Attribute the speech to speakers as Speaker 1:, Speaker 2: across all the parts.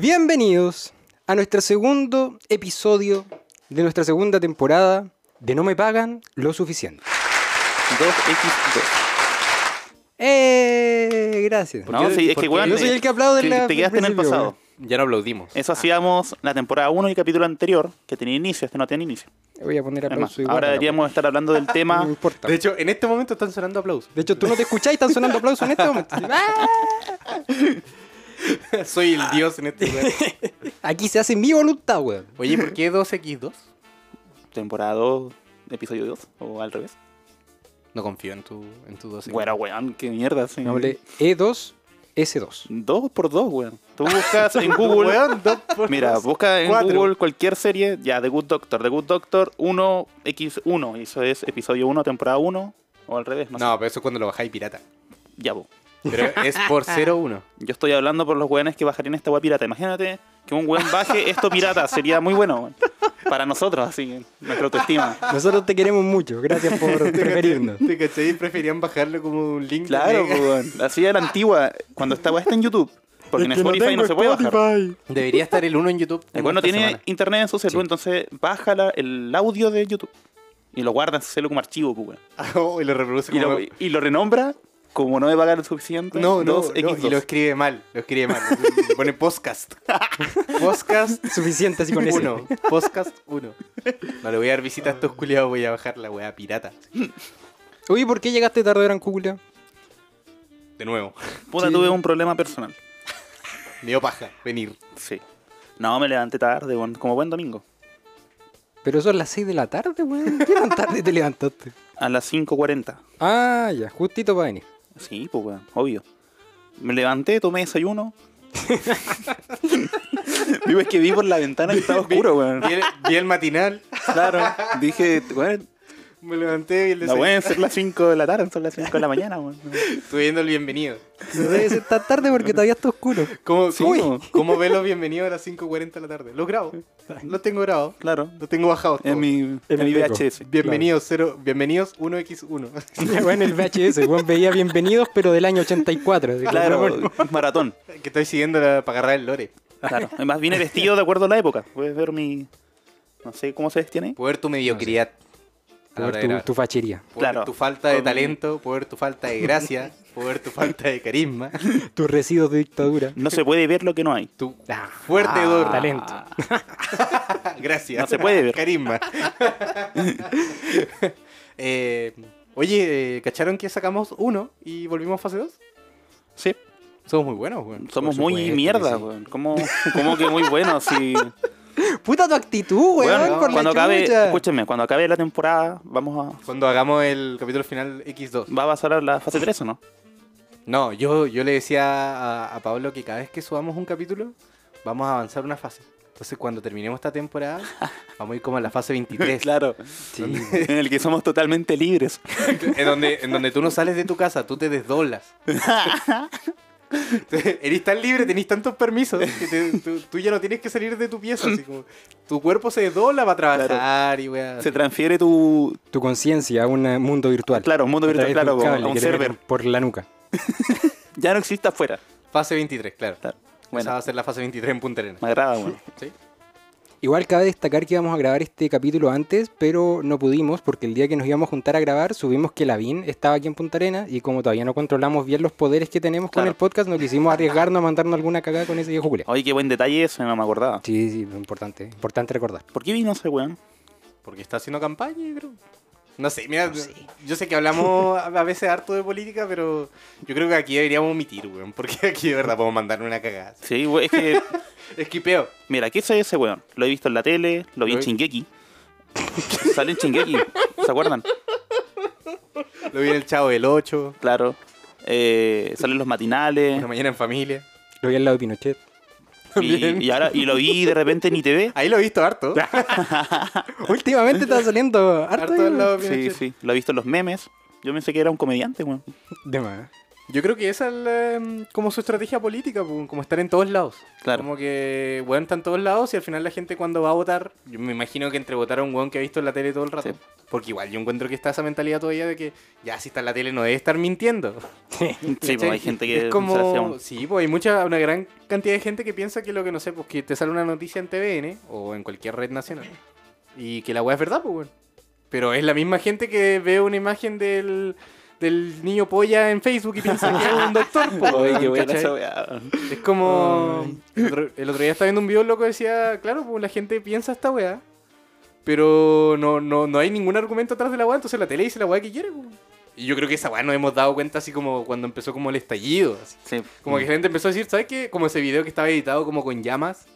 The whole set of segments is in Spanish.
Speaker 1: Bienvenidos a nuestro segundo episodio de nuestra segunda temporada de No me pagan lo suficiente.
Speaker 2: 2x2.
Speaker 1: ¡Eh! Gracias.
Speaker 2: No, sí, es que, weón,
Speaker 1: Yo soy el que aplaude
Speaker 2: te,
Speaker 1: en la-
Speaker 2: te quedaste en el
Speaker 1: principio,
Speaker 2: pasado.
Speaker 3: Ya no aplaudimos.
Speaker 2: Eso hacíamos la temporada 1 y el capítulo anterior, que tenía inicio, este no tenía inicio.
Speaker 1: Voy a poner
Speaker 2: Es más,
Speaker 1: aplauso igual.
Speaker 2: ahora deberíamos estar hablando del
Speaker 1: Ah, No
Speaker 2: tema.
Speaker 1: me importa.
Speaker 3: De hecho, en este momento están sonando aplausos.
Speaker 1: De hecho, tú no te escuchás y están sonando aplausos en este momento.
Speaker 3: Soy el dios en este lugar.
Speaker 1: Aquí se hace mi voluntad, weón.
Speaker 3: Oye, ¿por qué 2x2?
Speaker 2: Temporada 2, episodio 2, o al revés.
Speaker 3: No confío en tu, en tu 2x2.
Speaker 2: Güera, weón, qué mierda. sí.
Speaker 1: Noble E2, S2.
Speaker 2: Dos por dos, weón. Tú buscas en Google. Mira, busca en
Speaker 3: Cuatro.
Speaker 2: Google cualquier serie, ya, The Good Doctor, The Good Doctor 1x1, y eso es episodio 1, temporada 1, o al revés, no, sé.
Speaker 3: No, pero eso es cuando lo bajáis pirata.
Speaker 2: Ya, po.
Speaker 3: Pero es por 0-1.
Speaker 2: Yo estoy hablando por los weones que bajarían esta weá pirata. Imagínate que un weón baje esto pirata, sería muy bueno, weón. Para nosotros, así, nuestra autoestima.
Speaker 1: Nosotros te queremos mucho. Gracias por preferirnos.
Speaker 3: ¿Te cachai? Preferían bajarlo como un link.
Speaker 2: Claro, po,
Speaker 3: de-
Speaker 2: weón. Eh, Así era la antigua, cuando esta weá está en YouTube. Porque en
Speaker 1: Es que
Speaker 2: Spotify no,
Speaker 1: tengo
Speaker 2: se puede bajar.
Speaker 1: Spotify.
Speaker 3: Debería estar el 1 en YouTube.
Speaker 2: El weón no
Speaker 3: esta
Speaker 2: tiene
Speaker 3: semana.
Speaker 2: internet en su celu,
Speaker 1: Sí.
Speaker 2: entonces baja la- el audio de YouTube. Y lo guarda en su celu como archivo, po, weón.
Speaker 3: Ah, oh, y lo reproduce
Speaker 2: Y
Speaker 3: como...
Speaker 2: lo, y lo renombra como no me pagan lo suficiente.
Speaker 3: No, no,
Speaker 2: dos
Speaker 3: no, y lo escribe mal, lo escribe mal. Pone podcast. Podcast
Speaker 1: Suficiente así con eso.
Speaker 3: Uno, podcast 1. No le voy a dar visita a estos culiados, voy a bajar la weá pirata.
Speaker 1: Oye, ¿por qué llegaste tarde, Gran Cúcula?
Speaker 3: De nuevo.
Speaker 2: Puta,
Speaker 1: Sí.
Speaker 2: tuve un problema personal.
Speaker 3: Me dio paja venir.
Speaker 2: Sí. No, me levanté tarde, weón, como buen domingo.
Speaker 1: Pero son las 6 de la tarde, weón. ¿Qué tan tarde te levantaste?
Speaker 2: A las 5.40.
Speaker 1: Ah, ya, justito para venir.
Speaker 2: Sí, pues, weón, obvio. Me levanté, tomé desayuno. Digo, es que vi por la ventana que estaba oscuro, weón.
Speaker 3: Vi el, vi el matinal,
Speaker 2: Claro. Dije, weón,
Speaker 3: me levanté y el
Speaker 2: no
Speaker 3: desayuno.
Speaker 2: pueden ser las 5 de la tarde, son las 5 de la mañana, weón.
Speaker 3: Estuve viendo el bienvenido.
Speaker 1: No debe ser tan tarde porque todavía está oscuro.
Speaker 3: ¿Cómo,
Speaker 2: Sí,
Speaker 3: cómo,
Speaker 2: no.
Speaker 3: cómo ve los bienvenidos a las 5.40 de la tarde? Los grabo. Los tengo grabados.
Speaker 2: Claro.
Speaker 3: Los tengo bajados.
Speaker 2: En
Speaker 3: todos.
Speaker 2: mi, en mi
Speaker 1: teco.
Speaker 2: VHS.
Speaker 3: Bienvenidos, cero, bienvenidos 1x1.
Speaker 1: Bueno, el VHS, weón, veía bienvenidos, pero del año 84. así que, bueno,
Speaker 2: Claro, maratón.
Speaker 3: que estoy siguiendo la- para agarrar el lore.
Speaker 2: Claro. Además, viene vestido de acuerdo a la época. Puedes ver mi. No sé cómo se vestían ahí.
Speaker 3: Poder tu mediocridad. a la
Speaker 1: por
Speaker 3: hora de
Speaker 1: tu,
Speaker 3: grabar.
Speaker 1: tu fachería.
Speaker 3: Poder
Speaker 2: Claro.
Speaker 3: tu falta de
Speaker 2: Con-
Speaker 3: talento, poder tu falta de gracia, poder tu falta de carisma,
Speaker 1: Tus residuos de dictadura.
Speaker 2: No se puede ver lo que no hay.
Speaker 3: tu fuerte dolor.
Speaker 1: Ah, Talento.
Speaker 3: Gracias.
Speaker 2: No se puede ver.
Speaker 3: Carisma. Eh, oye, eh, ¿cacharon que sacamos uno y volvimos a fase 2?
Speaker 2: Sí.
Speaker 3: Somos muy buenos, weón.
Speaker 2: Somos
Speaker 1: Por
Speaker 2: muy
Speaker 1: supuesto que
Speaker 2: mierda,
Speaker 1: sí.
Speaker 2: weón. ¿Cómo, cómo que muy buenos? Si...
Speaker 1: Puta tu actitud, weón,
Speaker 2: Weón,
Speaker 1: por
Speaker 2: cuando
Speaker 1: la
Speaker 2: acabe,
Speaker 1: chucha.
Speaker 2: escúchenme, cuando acabe la temporada, vamos a.
Speaker 3: Cuando hagamos el capítulo final X2.
Speaker 2: ¿Va a pasar a la fase 3 o no?
Speaker 3: No, yo, yo le decía a, a Pablo que cada vez que subamos un capítulo, vamos a avanzar una fase. Entonces, cuando terminemos esta temporada, vamos a ir como a la fase 23.
Speaker 2: Claro. En el que somos totalmente libres.
Speaker 3: en, donde, en donde tú no sales de tu casa, tú te desdoblas. Entonces, Eres tan libre, tenés tantos permisos que te- tú, tú ya no tienes que salir de tu pieza. Así como, tu cuerpo se desdobla para trabajar y weá.
Speaker 2: Se transfiere tu.
Speaker 1: Tu conciencia a un eh, mundo virtual.
Speaker 2: Claro, un mundo
Speaker 1: A
Speaker 2: virtual,
Speaker 1: través de
Speaker 2: claro,
Speaker 1: un cable
Speaker 2: a un
Speaker 1: que te
Speaker 2: server.
Speaker 1: meten Por la nuca.
Speaker 2: Ya no existe afuera.
Speaker 3: Fase 23, claro.
Speaker 2: Claro.
Speaker 3: Esa va
Speaker 2: Bueno,
Speaker 3: a ser la fase 23 en Punta Arenas.
Speaker 2: me agrada, weón.
Speaker 3: ¿Sí?
Speaker 1: Igual cabe destacar que íbamos a grabar este capítulo antes, pero no pudimos porque el día que nos íbamos a juntar a grabar, subimos que Lavín estaba aquí en Punta Arena y como todavía no controlamos bien los poderes que tenemos con
Speaker 2: Claro.
Speaker 1: el podcast, no quisimos arriesgarnos a mandarnos alguna cagada con ese viejo culiao.
Speaker 2: Oye, qué buen detalle eso, no me acordaba.
Speaker 1: Sí, sí, importante, importante recordar.
Speaker 2: ¿Por qué vino ese weón?
Speaker 3: Porque está haciendo campaña, yo creo. No sé, mira, yo sé que hablamos a a veces harto de política, pero yo creo que aquí deberíamos omitir, weón. Porque aquí de verdad podemos mandar una cagada.
Speaker 2: Sí, weón, es que.
Speaker 3: Esquipeo.
Speaker 2: Mira, ¿qué es ese weón? Lo he visto en la tele, lo vi en
Speaker 3: Lo vi-
Speaker 2: Chingeki. Sale en Chingeki, ¿se acuerdan?
Speaker 3: Lo vi en el Chavo del 8,
Speaker 2: Claro. Eh, salen los matinales.
Speaker 3: una mañana en familia.
Speaker 1: Lo vi al lado de Pinochet.
Speaker 2: Y, y ahora, y lo vi de repente en ITV.
Speaker 3: Ahí lo he visto harto.
Speaker 1: Últimamente está saliendo harto,
Speaker 3: harto al lado de
Speaker 2: Sí,
Speaker 3: Pinochet.
Speaker 2: sí. Lo he visto en los memes. Yo pensé que era un comediante, weón.
Speaker 1: de más.
Speaker 3: Yo creo que esa es la, em, como su estrategia política, pu, como estar en todos lados.
Speaker 2: Claro.
Speaker 3: Como que, weón, está en todos lados y al final la gente cuando va a votar, yo me imagino que entre votar a un weón que ha visto en la tele todo el rato.
Speaker 2: Sí.
Speaker 3: Porque igual yo encuentro que está esa mentalidad todavía de que ya si está en la tele no debe estar mintiendo.
Speaker 2: Sí, pues,
Speaker 3: ¿Cachai?
Speaker 2: hay gente que
Speaker 3: es
Speaker 2: se hace
Speaker 3: como
Speaker 2: un-
Speaker 3: sí pues hay mucha una gran cantidad de gente que piensa que lo que no sé pues que te sale una noticia en TVN o en cualquier red nacional y que la weá es verdad pues bueno pero es la misma gente que ve una imagen del del niño polla en Facebook y piensa que es un doctor pues,
Speaker 2: Oye,
Speaker 3: weón,
Speaker 2: qué buena
Speaker 3: ¿cachai?
Speaker 2: esa weá.
Speaker 3: es como el otro, el otro día estaba viendo un video loco que decía claro pues la gente piensa esta weá pero no, no, no hay ningún argumento atrás de la weá, entonces la tele dice la weá que quiere. pues. Y yo creo que esa weá nos hemos dado cuenta así como cuando empezó como el estallido. así.
Speaker 2: Sí.
Speaker 3: Como que gente empezó a decir, ¿sabes qué? Como ese video que estaba editado como con llamas.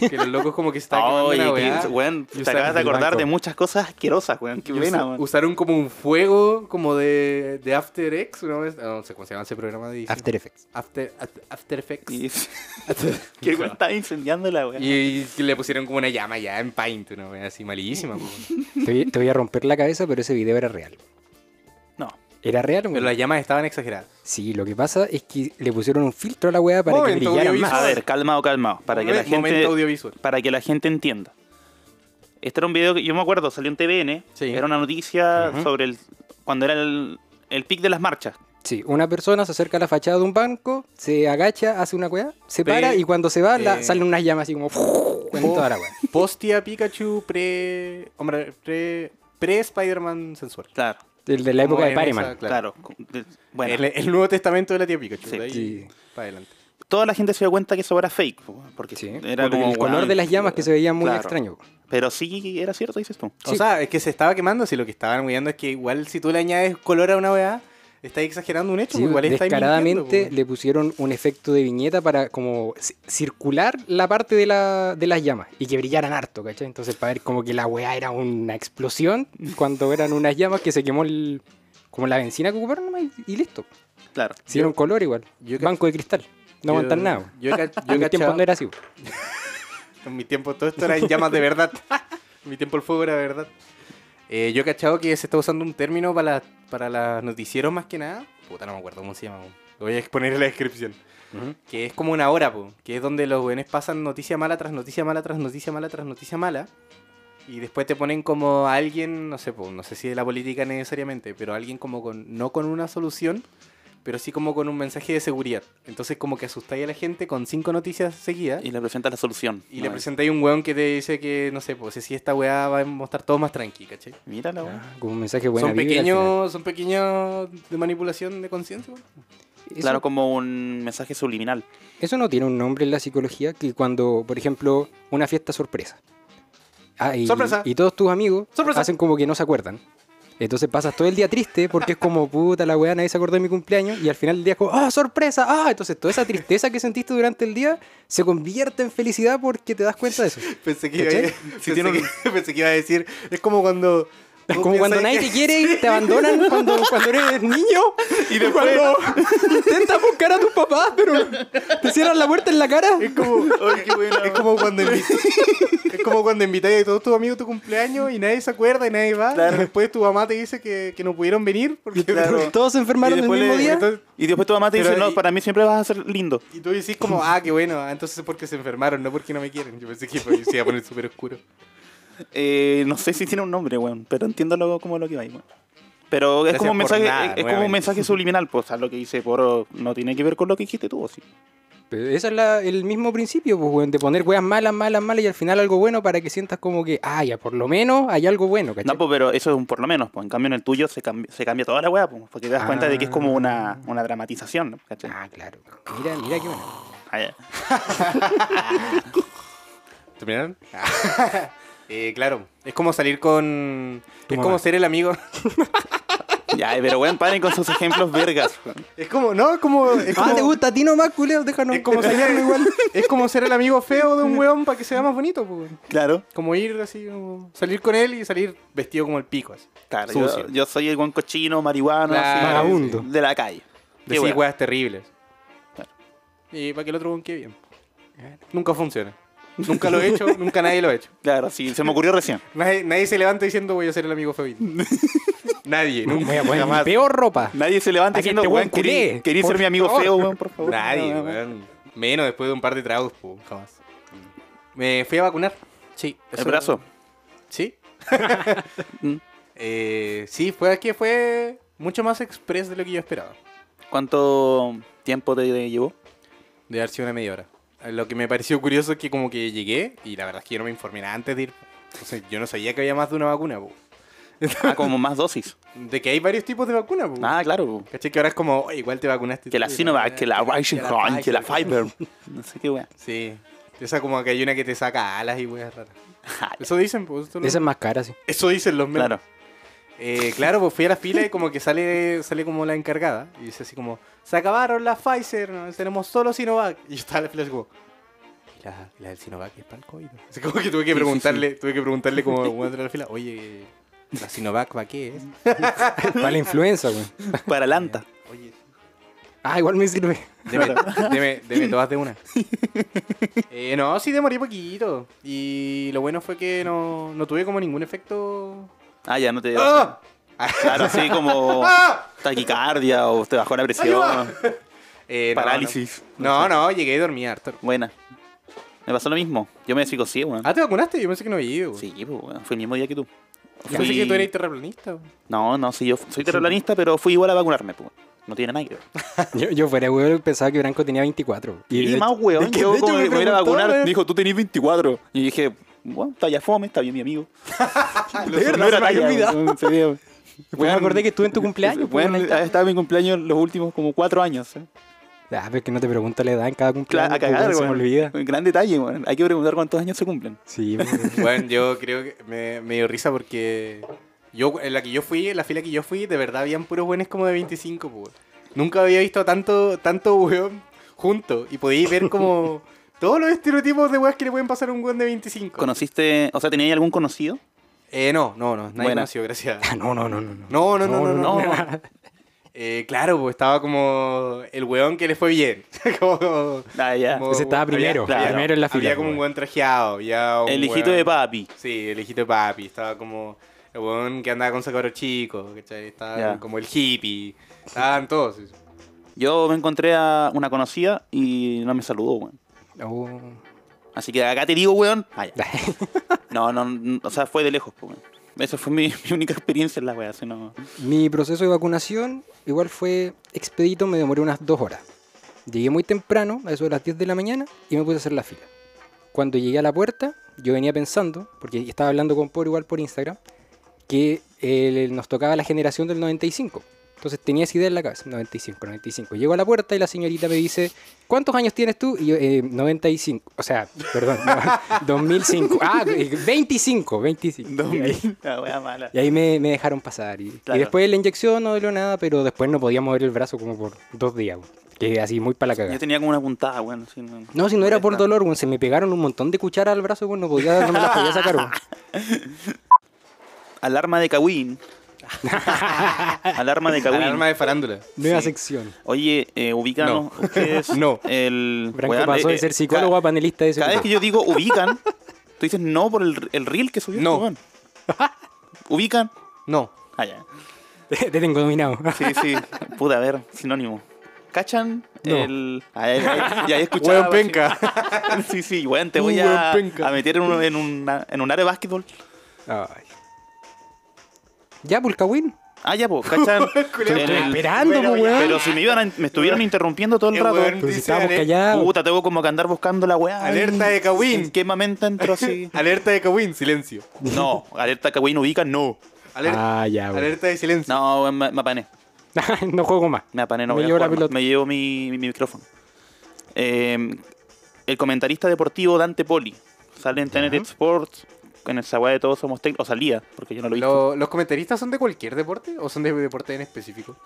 Speaker 3: Que los locos como que se estaban quemando
Speaker 2: Oye,
Speaker 3: una
Speaker 2: que-
Speaker 3: weá.
Speaker 2: weón,
Speaker 3: Y
Speaker 2: te
Speaker 3: usar
Speaker 2: acabas de
Speaker 1: el
Speaker 2: acordar
Speaker 1: banco.
Speaker 2: de muchas cosas asquerosas, weón. Qué
Speaker 3: Y
Speaker 2: pena,
Speaker 3: usa-
Speaker 2: weón.
Speaker 3: usaron como un fuego como de, de After Effects una vez. No sé cómo se llama ese programa de edición.
Speaker 1: After Effects.
Speaker 3: After, After- After Effects.
Speaker 2: Y-
Speaker 3: Y,
Speaker 2: Que weón estaba incendiando la weá.
Speaker 3: y que le pusieron como una llama ya en Paint, una weá así malísima. po.
Speaker 1: Te voy, te voy a romper la cabeza, pero ese video era real.
Speaker 2: No.
Speaker 1: Era real,
Speaker 3: Pero
Speaker 1: weón.
Speaker 3: las llamas estaban exageradas.
Speaker 1: Sí, lo que pasa es que le pusieron un filtro a la weá para
Speaker 3: Momento
Speaker 1: que brillara
Speaker 3: audiovisual.
Speaker 1: más.
Speaker 2: A ver, calmado, calmado. Para que la
Speaker 3: Momen- Momento
Speaker 2: gente.
Speaker 3: audiovisual.
Speaker 2: para que la gente entienda. Este era un video que yo me acuerdo, salió en TVN.
Speaker 3: Sí.
Speaker 2: Era una noticia sobre el cuando era el, el pic de las marchas.
Speaker 1: Sí, una persona se acerca a la fachada de un banco, se agacha, hace una weá, se
Speaker 3: Pe-
Speaker 1: para y cuando se va la-
Speaker 3: eh.
Speaker 1: salen unas llamas así como en toda la weá.
Speaker 3: Postia Pikachu pre. Hombre, pre. Pre-Spider-Man sensual.
Speaker 2: Claro,
Speaker 1: El de la
Speaker 3: Como
Speaker 1: época de
Speaker 3: en esa-
Speaker 1: Pareman.
Speaker 2: claro. Con- de- Bueno,
Speaker 3: El, el Nuevo Testamento de la tía Pikachu.
Speaker 2: Sí.
Speaker 3: de ahí
Speaker 1: Sí.
Speaker 3: para adelante.
Speaker 2: toda la gente se dio cuenta que eso era fake. Porque
Speaker 1: Sí.
Speaker 2: era
Speaker 1: Por
Speaker 2: como,
Speaker 1: el color
Speaker 2: weón,
Speaker 1: de las llamas que se veía muy
Speaker 2: claro.
Speaker 1: extraño.
Speaker 2: Pero sí era cierto, dices tú.
Speaker 3: O
Speaker 1: Sí.
Speaker 3: sea, es que se estaba quemando. Si lo que estaban mirando es que igual si tú le añades color a una weá, estás exagerando un hecho. pues
Speaker 1: Sí,
Speaker 3: igual estáis
Speaker 1: descaradamente
Speaker 3: mintiendo, pues.
Speaker 1: le pusieron un efecto de viñeta para como ci- circular la parte de, la, de las llamas y que brillaran harto, ¿cachai? Entonces para ver como que la weá era una explosión cuando eran unas llamas que se quemó el- como la benzina que ocuparon nomás y, y listo.
Speaker 2: Claro.
Speaker 1: Se dieron color igual.
Speaker 3: yo cach-
Speaker 1: Banco de cristal. No
Speaker 3: po.
Speaker 1: aguantan nada.
Speaker 3: Yo, he ca-
Speaker 1: en
Speaker 3: yo he
Speaker 1: mi tiempo
Speaker 3: cachado-
Speaker 1: no era así.
Speaker 3: En mi tiempo todo esto era en llamas de verdad. en mi tiempo el fuego era verdad. Eh, yo he cachado que se está usando un término para, las- para los noticieros más que nada. Puta, no me acuerdo cómo se llama. po. Lo voy a exponer en la descripción. Que es como una hora, po, que es donde los weones pasan noticia mala tras noticia mala tras noticia mala tras noticia mala. Y después te ponen como a alguien, no sé, po, no sé si de la política necesariamente, pero alguien como con, no con una solución, pero sí como con un mensaje de seguridad. Entonces como que asustáis a la gente con cinco noticias seguidas.
Speaker 2: Y le presentas la solución.
Speaker 3: Y le
Speaker 2: No,
Speaker 3: presentáis un weón que te dice que, no sé, pues si esta weá va a mostrar todo más tranqui, ¿cachai?
Speaker 2: Mira la weá.
Speaker 1: Como un mensaje bueno.
Speaker 3: son pequeños, son pequeños de manipulación de conciencia, weón.
Speaker 1: Eso,
Speaker 2: Claro, como un mensaje subliminal.
Speaker 1: eso no tiene un nombre en la psicología que cuando, por ejemplo, una fiesta sorpresa. Ah, y,
Speaker 3: Sorpresa.
Speaker 1: y todos tus amigos
Speaker 3: Sorpresa.
Speaker 1: hacen como que no se acuerdan. Entonces pasas todo el día triste porque es como, puta la weá, nadie se acordó de mi cumpleaños. Y al final del día es como, ¡ah, sorpresa! ¡ah! Entonces toda esa tristeza que sentiste durante el día se convierte en felicidad porque te das cuenta de eso.
Speaker 3: Pensé que, iba a,
Speaker 1: ¿Cachai?
Speaker 3: pensé que- pensé que iba a decir, es como cuando...
Speaker 1: Es como cuando nadie te quiere y te abandonan cuando, cuando eres niño.
Speaker 3: Y después,
Speaker 1: Intentas buscar a tus papás, pero te cierran la puerta en la cara.
Speaker 3: es como, es como cuando invi- es como cuando invitáis a todos tus amigos a tu cumpleaños y nadie se acuerda y nadie va.
Speaker 2: Claro.
Speaker 3: Y después tu mamá te dice que, que no pudieron venir porque...
Speaker 2: Claro.
Speaker 1: Todos se enfermaron el
Speaker 2: Y después
Speaker 1: mismo
Speaker 2: le-
Speaker 1: día.
Speaker 3: entonces-
Speaker 2: Y después tu mamá te
Speaker 3: Pero
Speaker 2: dice, no,
Speaker 3: ahí-
Speaker 2: para mí siempre vas a ser lindo.
Speaker 3: Y tú decís como, ah, qué bueno, ah, entonces es porque se enfermaron, no porque no me quieren. Yo pensé que pues, se iba a poner súper oscuro.
Speaker 2: Eh, no sé si tiene un nombre, weón, pero entiendo lo- como lo que va ahí, weón. Pero es
Speaker 3: Gracias
Speaker 2: como, un
Speaker 3: por
Speaker 2: mensaje,
Speaker 3: nada,
Speaker 2: es- es como un
Speaker 3: nuevamente.
Speaker 2: mensaje subliminal, pues, a lo que dice Poro no tiene que ver con lo que dijiste tú, ¿o sí.
Speaker 1: Pero ese es la- el mismo principio, pues, weón, de poner weas malas, malas, malas y al final algo bueno para que sientas como que, ah, ya por lo menos hay algo bueno, ¿cachai?
Speaker 2: No, pues, pero eso es un por lo menos, pues. En cambio, en el tuyo se, cambi- se cambia toda la weá, pues, porque te das cuenta de que es como una, una dramatización, ¿no? ¿cachai?
Speaker 1: Ah, claro. Mira, mira qué bueno.
Speaker 2: Ah, ya.
Speaker 3: ¿Terminaron? eh, claro, es como salir con...
Speaker 1: Tu
Speaker 3: es
Speaker 1: mamá.
Speaker 3: como ser el amigo...
Speaker 2: Ya, eh, pero weón, paren con sus ejemplos vergas, weón.
Speaker 3: Es como, no, es como... Es como,
Speaker 1: Ah, ¿te gusta a ti nomás, culeo? Déjanos.
Speaker 3: Es como, ser, igual, es como ser el amigo feo de un weón para que sea más bonito, pues.
Speaker 2: Claro.
Speaker 3: Como ir así, como salir con él y salir vestido como el pico, así.
Speaker 2: Claro, yo,
Speaker 3: Sucio.
Speaker 2: yo soy el buen cochino, marihuano,
Speaker 3: Claro.
Speaker 2: así,
Speaker 1: Vagabundo.
Speaker 2: de la calle. Qué
Speaker 3: Decir
Speaker 2: weá.
Speaker 3: weas terribles.
Speaker 2: Claro.
Speaker 3: Y para que el otro weón quede bien. Nunca funciona. Nunca lo he hecho, nunca nadie lo ha hecho.
Speaker 2: Claro, sí, se me ocurrió recién.
Speaker 3: Nadie, nadie se levanta diciendo voy a ser el amigo feo. nadie,
Speaker 1: Me
Speaker 3: nunca.
Speaker 1: voy a poner mi
Speaker 2: Jamás.
Speaker 1: peor ropa.
Speaker 2: Nadie se levanta
Speaker 1: Aquí
Speaker 2: diciendo,
Speaker 1: este
Speaker 2: weón,
Speaker 1: weón culé,
Speaker 2: querí, querí
Speaker 1: por
Speaker 2: ser mi amigo
Speaker 1: favor".
Speaker 2: feo, weón, por favor.
Speaker 3: Nadie,
Speaker 2: No, no, no.
Speaker 3: weón. Menos después de un par de tragos, po, jamás. Mm. Me fui a vacunar. Sí.
Speaker 2: El
Speaker 3: eso-
Speaker 2: brazo.
Speaker 3: Sí.
Speaker 2: Mm.
Speaker 3: Eh, sí, fue que fue mucho más express de lo que yo esperaba.
Speaker 2: ¿Cuánto tiempo te te llevó?
Speaker 3: De haber sido una media hora. Lo que me pareció curioso es que como que llegué y la verdad es que yo no me informé nada antes de ir. Entonces, yo no sabía que había más de una vacuna, po.
Speaker 2: Ah, como más dosis.
Speaker 3: De que hay varios tipos de vacuna, po.
Speaker 2: Ah, claro.
Speaker 3: ¿Cachai? Que ahora es como, "Oye, igual te vacunaste.
Speaker 2: Que la
Speaker 3: tú,
Speaker 2: Sinovac,
Speaker 3: ¿no?
Speaker 2: que la Reichenhorn, que la
Speaker 3: Pfizer".
Speaker 2: Fiber. No sé qué weón.
Speaker 3: Sí. Esa como que hay una que te saca alas y weas raras.
Speaker 2: Ajá,
Speaker 3: Eso dicen, pues. esto lo-
Speaker 1: Esa es más cara, sí.
Speaker 3: Eso dicen los memes.
Speaker 2: Claro.
Speaker 3: Eh, claro, pues fui a la fila y como que sale, sale como la encargada. Y dice así como, se acabaron las Pfizer, ¿no? tenemos solo Sinovac. Y yo estaba en la fila así como, ¿y la, la del Sinovac es para el COVID? Así como que tuve que
Speaker 2: sí,
Speaker 3: preguntarle, tuve que preguntarle como cuando entré a la fila, oye, ¿la Sinovac va qué es?
Speaker 1: Para la influenza, güey.
Speaker 2: Para Lanta.
Speaker 3: Oye,
Speaker 1: Ah, igual me sirve.
Speaker 3: deme, deme- deme todas de una. Eh, no, sí demoré poquito. Y lo bueno fue que no, no tuve como ningún efecto...
Speaker 2: Ah, ya no te.
Speaker 3: ¡Ah!
Speaker 2: Claro, así como
Speaker 3: ¡Ah!
Speaker 2: taquicardia o te bajó la presión.
Speaker 3: Eh, no, no.
Speaker 2: Parálisis.
Speaker 3: No, no, llegué y dormí harto.
Speaker 2: Buena. Me pasó lo mismo. Yo me desficosé, weón.
Speaker 3: Ah, ¿te vacunaste? Yo pensé que no había ido.
Speaker 2: Sí, pues, weón. Fue el mismo día que tú.
Speaker 3: Yo
Speaker 2: Fui-
Speaker 3: pensé que tú eras terraplanista.
Speaker 2: No, no, sí, yo soy terrorista, pero fui igual a vacunarme, pues. No tiene nada que ver.
Speaker 1: Yo, yo fuera, güey, pensaba que Branco tenía 24.
Speaker 2: Y,
Speaker 1: de
Speaker 2: más,
Speaker 1: hecho-
Speaker 2: weón,
Speaker 1: de que-
Speaker 2: yo
Speaker 1: de hecho
Speaker 2: como
Speaker 1: me
Speaker 2: que me iba a
Speaker 1: preguntó,
Speaker 2: vacunar,
Speaker 1: weón.
Speaker 2: me dijo, tú tenés 24. Y yo dije, bueno, está ya fome, está bien mi amigo.
Speaker 1: De verdad, se me había olvidado.
Speaker 2: weón, sería-
Speaker 1: Después me acordé que estuve en tu cumpleaños, pues,
Speaker 2: Weón,
Speaker 1: ahí está.
Speaker 2: ha estado en mi cumpleaños los últimos como cuatro años. ¿eh?
Speaker 1: Ah, pero es que no te pregunto la edad en cada cumpleaños.
Speaker 2: Claro, a
Speaker 1: pues,
Speaker 2: cagar,
Speaker 1: weón, Se
Speaker 2: weón.
Speaker 1: me olvida.
Speaker 2: Gran detalle, weón. Hay que preguntar cuántos años se cumplen.
Speaker 1: Sí, weón.
Speaker 3: Bueno, yo creo que me, me dio risa porque yo, en la que yo fui, en la fila que yo fui, de verdad habían puros buenos como de 25, pues. Nunca había visto tanto, tanto weón junto. Y podíais ver como todos los estereotipos de weas que le pueden pasar a un weón de 25.
Speaker 2: ¿Conociste, o sea, tenías algún conocido?
Speaker 3: eh, no, no, no, nadie
Speaker 2: Buena.
Speaker 3: conoció, gracias.
Speaker 1: Ah, no, no, no, no. no.
Speaker 3: No, no, no, no, no.
Speaker 2: no.
Speaker 3: Eh, claro, pues estaba como el weón que le fue bien. como,
Speaker 2: Ah, ya.
Speaker 3: como-
Speaker 1: Ese estaba primero,
Speaker 2: claro.
Speaker 1: primero en la
Speaker 3: Había
Speaker 1: fila.
Speaker 3: como un
Speaker 1: weón.
Speaker 3: buen trajeado. Había un
Speaker 2: El hijito
Speaker 3: weón-
Speaker 2: de papi.
Speaker 3: Sí, el hijito de papi. Estaba como el weón que andaba con sacaros chicos. ¿cachai? Estaba
Speaker 2: Ya.
Speaker 3: como el hippie. Estaban todos.
Speaker 2: Yo me encontré a una conocida y no me saludó, weón.
Speaker 1: Oh.
Speaker 2: Así que acá te digo, weón. Ah, ya. No, no, no, o sea, fue de lejos, pues, weón. Esa fue mi, mi única experiencia en la weá, así no.
Speaker 1: Mi proceso de vacunación igual fue expedito, me demoré unas dos horas. Llegué muy temprano, a eso de las 10 de la mañana, y me puse a hacer la fila. Cuando llegué a la puerta, yo venía pensando, porque estaba hablando con Poro igual por Instagram, que eh, nos tocaba la generación del 95. Entonces tenía esa idea en la cabeza, 95, 95. Llego a la puerta y la señorita me dice, ¿cuántos años tienes tú? Y yo, "Eh, 95, o sea, perdón, no, 2005. Ah, eh, 25, 25.
Speaker 2: La weá mala.
Speaker 1: Y ahí me, me dejaron pasar. Y, y
Speaker 2: Claro.
Speaker 1: después la inyección no dolió nada, pero después no podía mover el brazo como por dos días. weón. Que así muy para la
Speaker 2: Yo
Speaker 1: cagada.
Speaker 2: tenía como una puntada, weón. así, no,
Speaker 1: No, si no era por
Speaker 2: molesta.
Speaker 1: dolor, weón, se me pegaron un montón de cucharas al brazo, weón, no, podía, no me las podía sacar. weón.
Speaker 2: Alarma de Kawin. Alarma de Kawin.
Speaker 3: Alarma de farándula.
Speaker 1: Nueva
Speaker 2: Sí.
Speaker 1: sección.
Speaker 2: Oye, eh, ubicanos
Speaker 3: No.
Speaker 2: ustedes.
Speaker 3: No.
Speaker 2: El.
Speaker 1: Branco
Speaker 2: weón,
Speaker 1: pasó
Speaker 2: eh,
Speaker 1: de ser
Speaker 2: eh,
Speaker 1: psicólogo a
Speaker 2: ca-
Speaker 1: panelista de ese
Speaker 2: Cada vez
Speaker 1: grupo.
Speaker 2: que yo digo ubican, tú dices no por el, el reel que subió.
Speaker 3: No.
Speaker 2: weón. Ubican.
Speaker 3: No.
Speaker 2: Ah, ya.
Speaker 1: Te te tengo dominado.
Speaker 2: Sí, sí. Pude haber sinónimo. ¿Cachan?
Speaker 1: No.
Speaker 2: El. Ay, ay, ay, ya he escuchado.
Speaker 3: Weón penca.
Speaker 2: Sí, sí, weón, te
Speaker 3: Un
Speaker 2: voy
Speaker 3: weón
Speaker 2: a,
Speaker 3: penca.
Speaker 2: a meter en un, en, una- en un área de básquetbol.
Speaker 1: Ay. Ya, Pulcawin.
Speaker 2: Ah, ya, pues, ¿cachan?
Speaker 3: Culeo,
Speaker 2: El-
Speaker 3: estoy
Speaker 1: esperando,
Speaker 3: Bueno,
Speaker 1: pues,
Speaker 3: ya.
Speaker 1: weón.
Speaker 2: Pero si me, iban a- me estuvieron interrumpiendo todo el
Speaker 3: Eh,
Speaker 2: rato.
Speaker 3: weón,
Speaker 1: Pero si
Speaker 3: dice,
Speaker 1: estábamos
Speaker 3: ale-
Speaker 1: callados.
Speaker 2: Puta, tengo como que andar buscando la weá.
Speaker 3: Alerta de Kawin.
Speaker 2: ¿En qué momento entro así?
Speaker 3: Alerta de Kawin, silencio.
Speaker 2: No, alerta que Kawin ubica, no.
Speaker 3: Aler-
Speaker 1: Ah, ya, weón.
Speaker 3: Alerta de silencio.
Speaker 2: No, weón, me, me apané.
Speaker 1: no juego más.
Speaker 2: Me apané, no
Speaker 1: Me
Speaker 2: voy a
Speaker 1: llevo la
Speaker 2: jugar más.
Speaker 1: pelota.
Speaker 2: Me llevo mi, mi- mi micrófono. Eh, el comentarista deportivo Dante Poli sale en Tenet Sports. En esa weá de todos somos tech. O salía, porque yo no lo he visto.
Speaker 3: Lo- ¿Los comentaristas son de cualquier deporte o son de deporte en específico?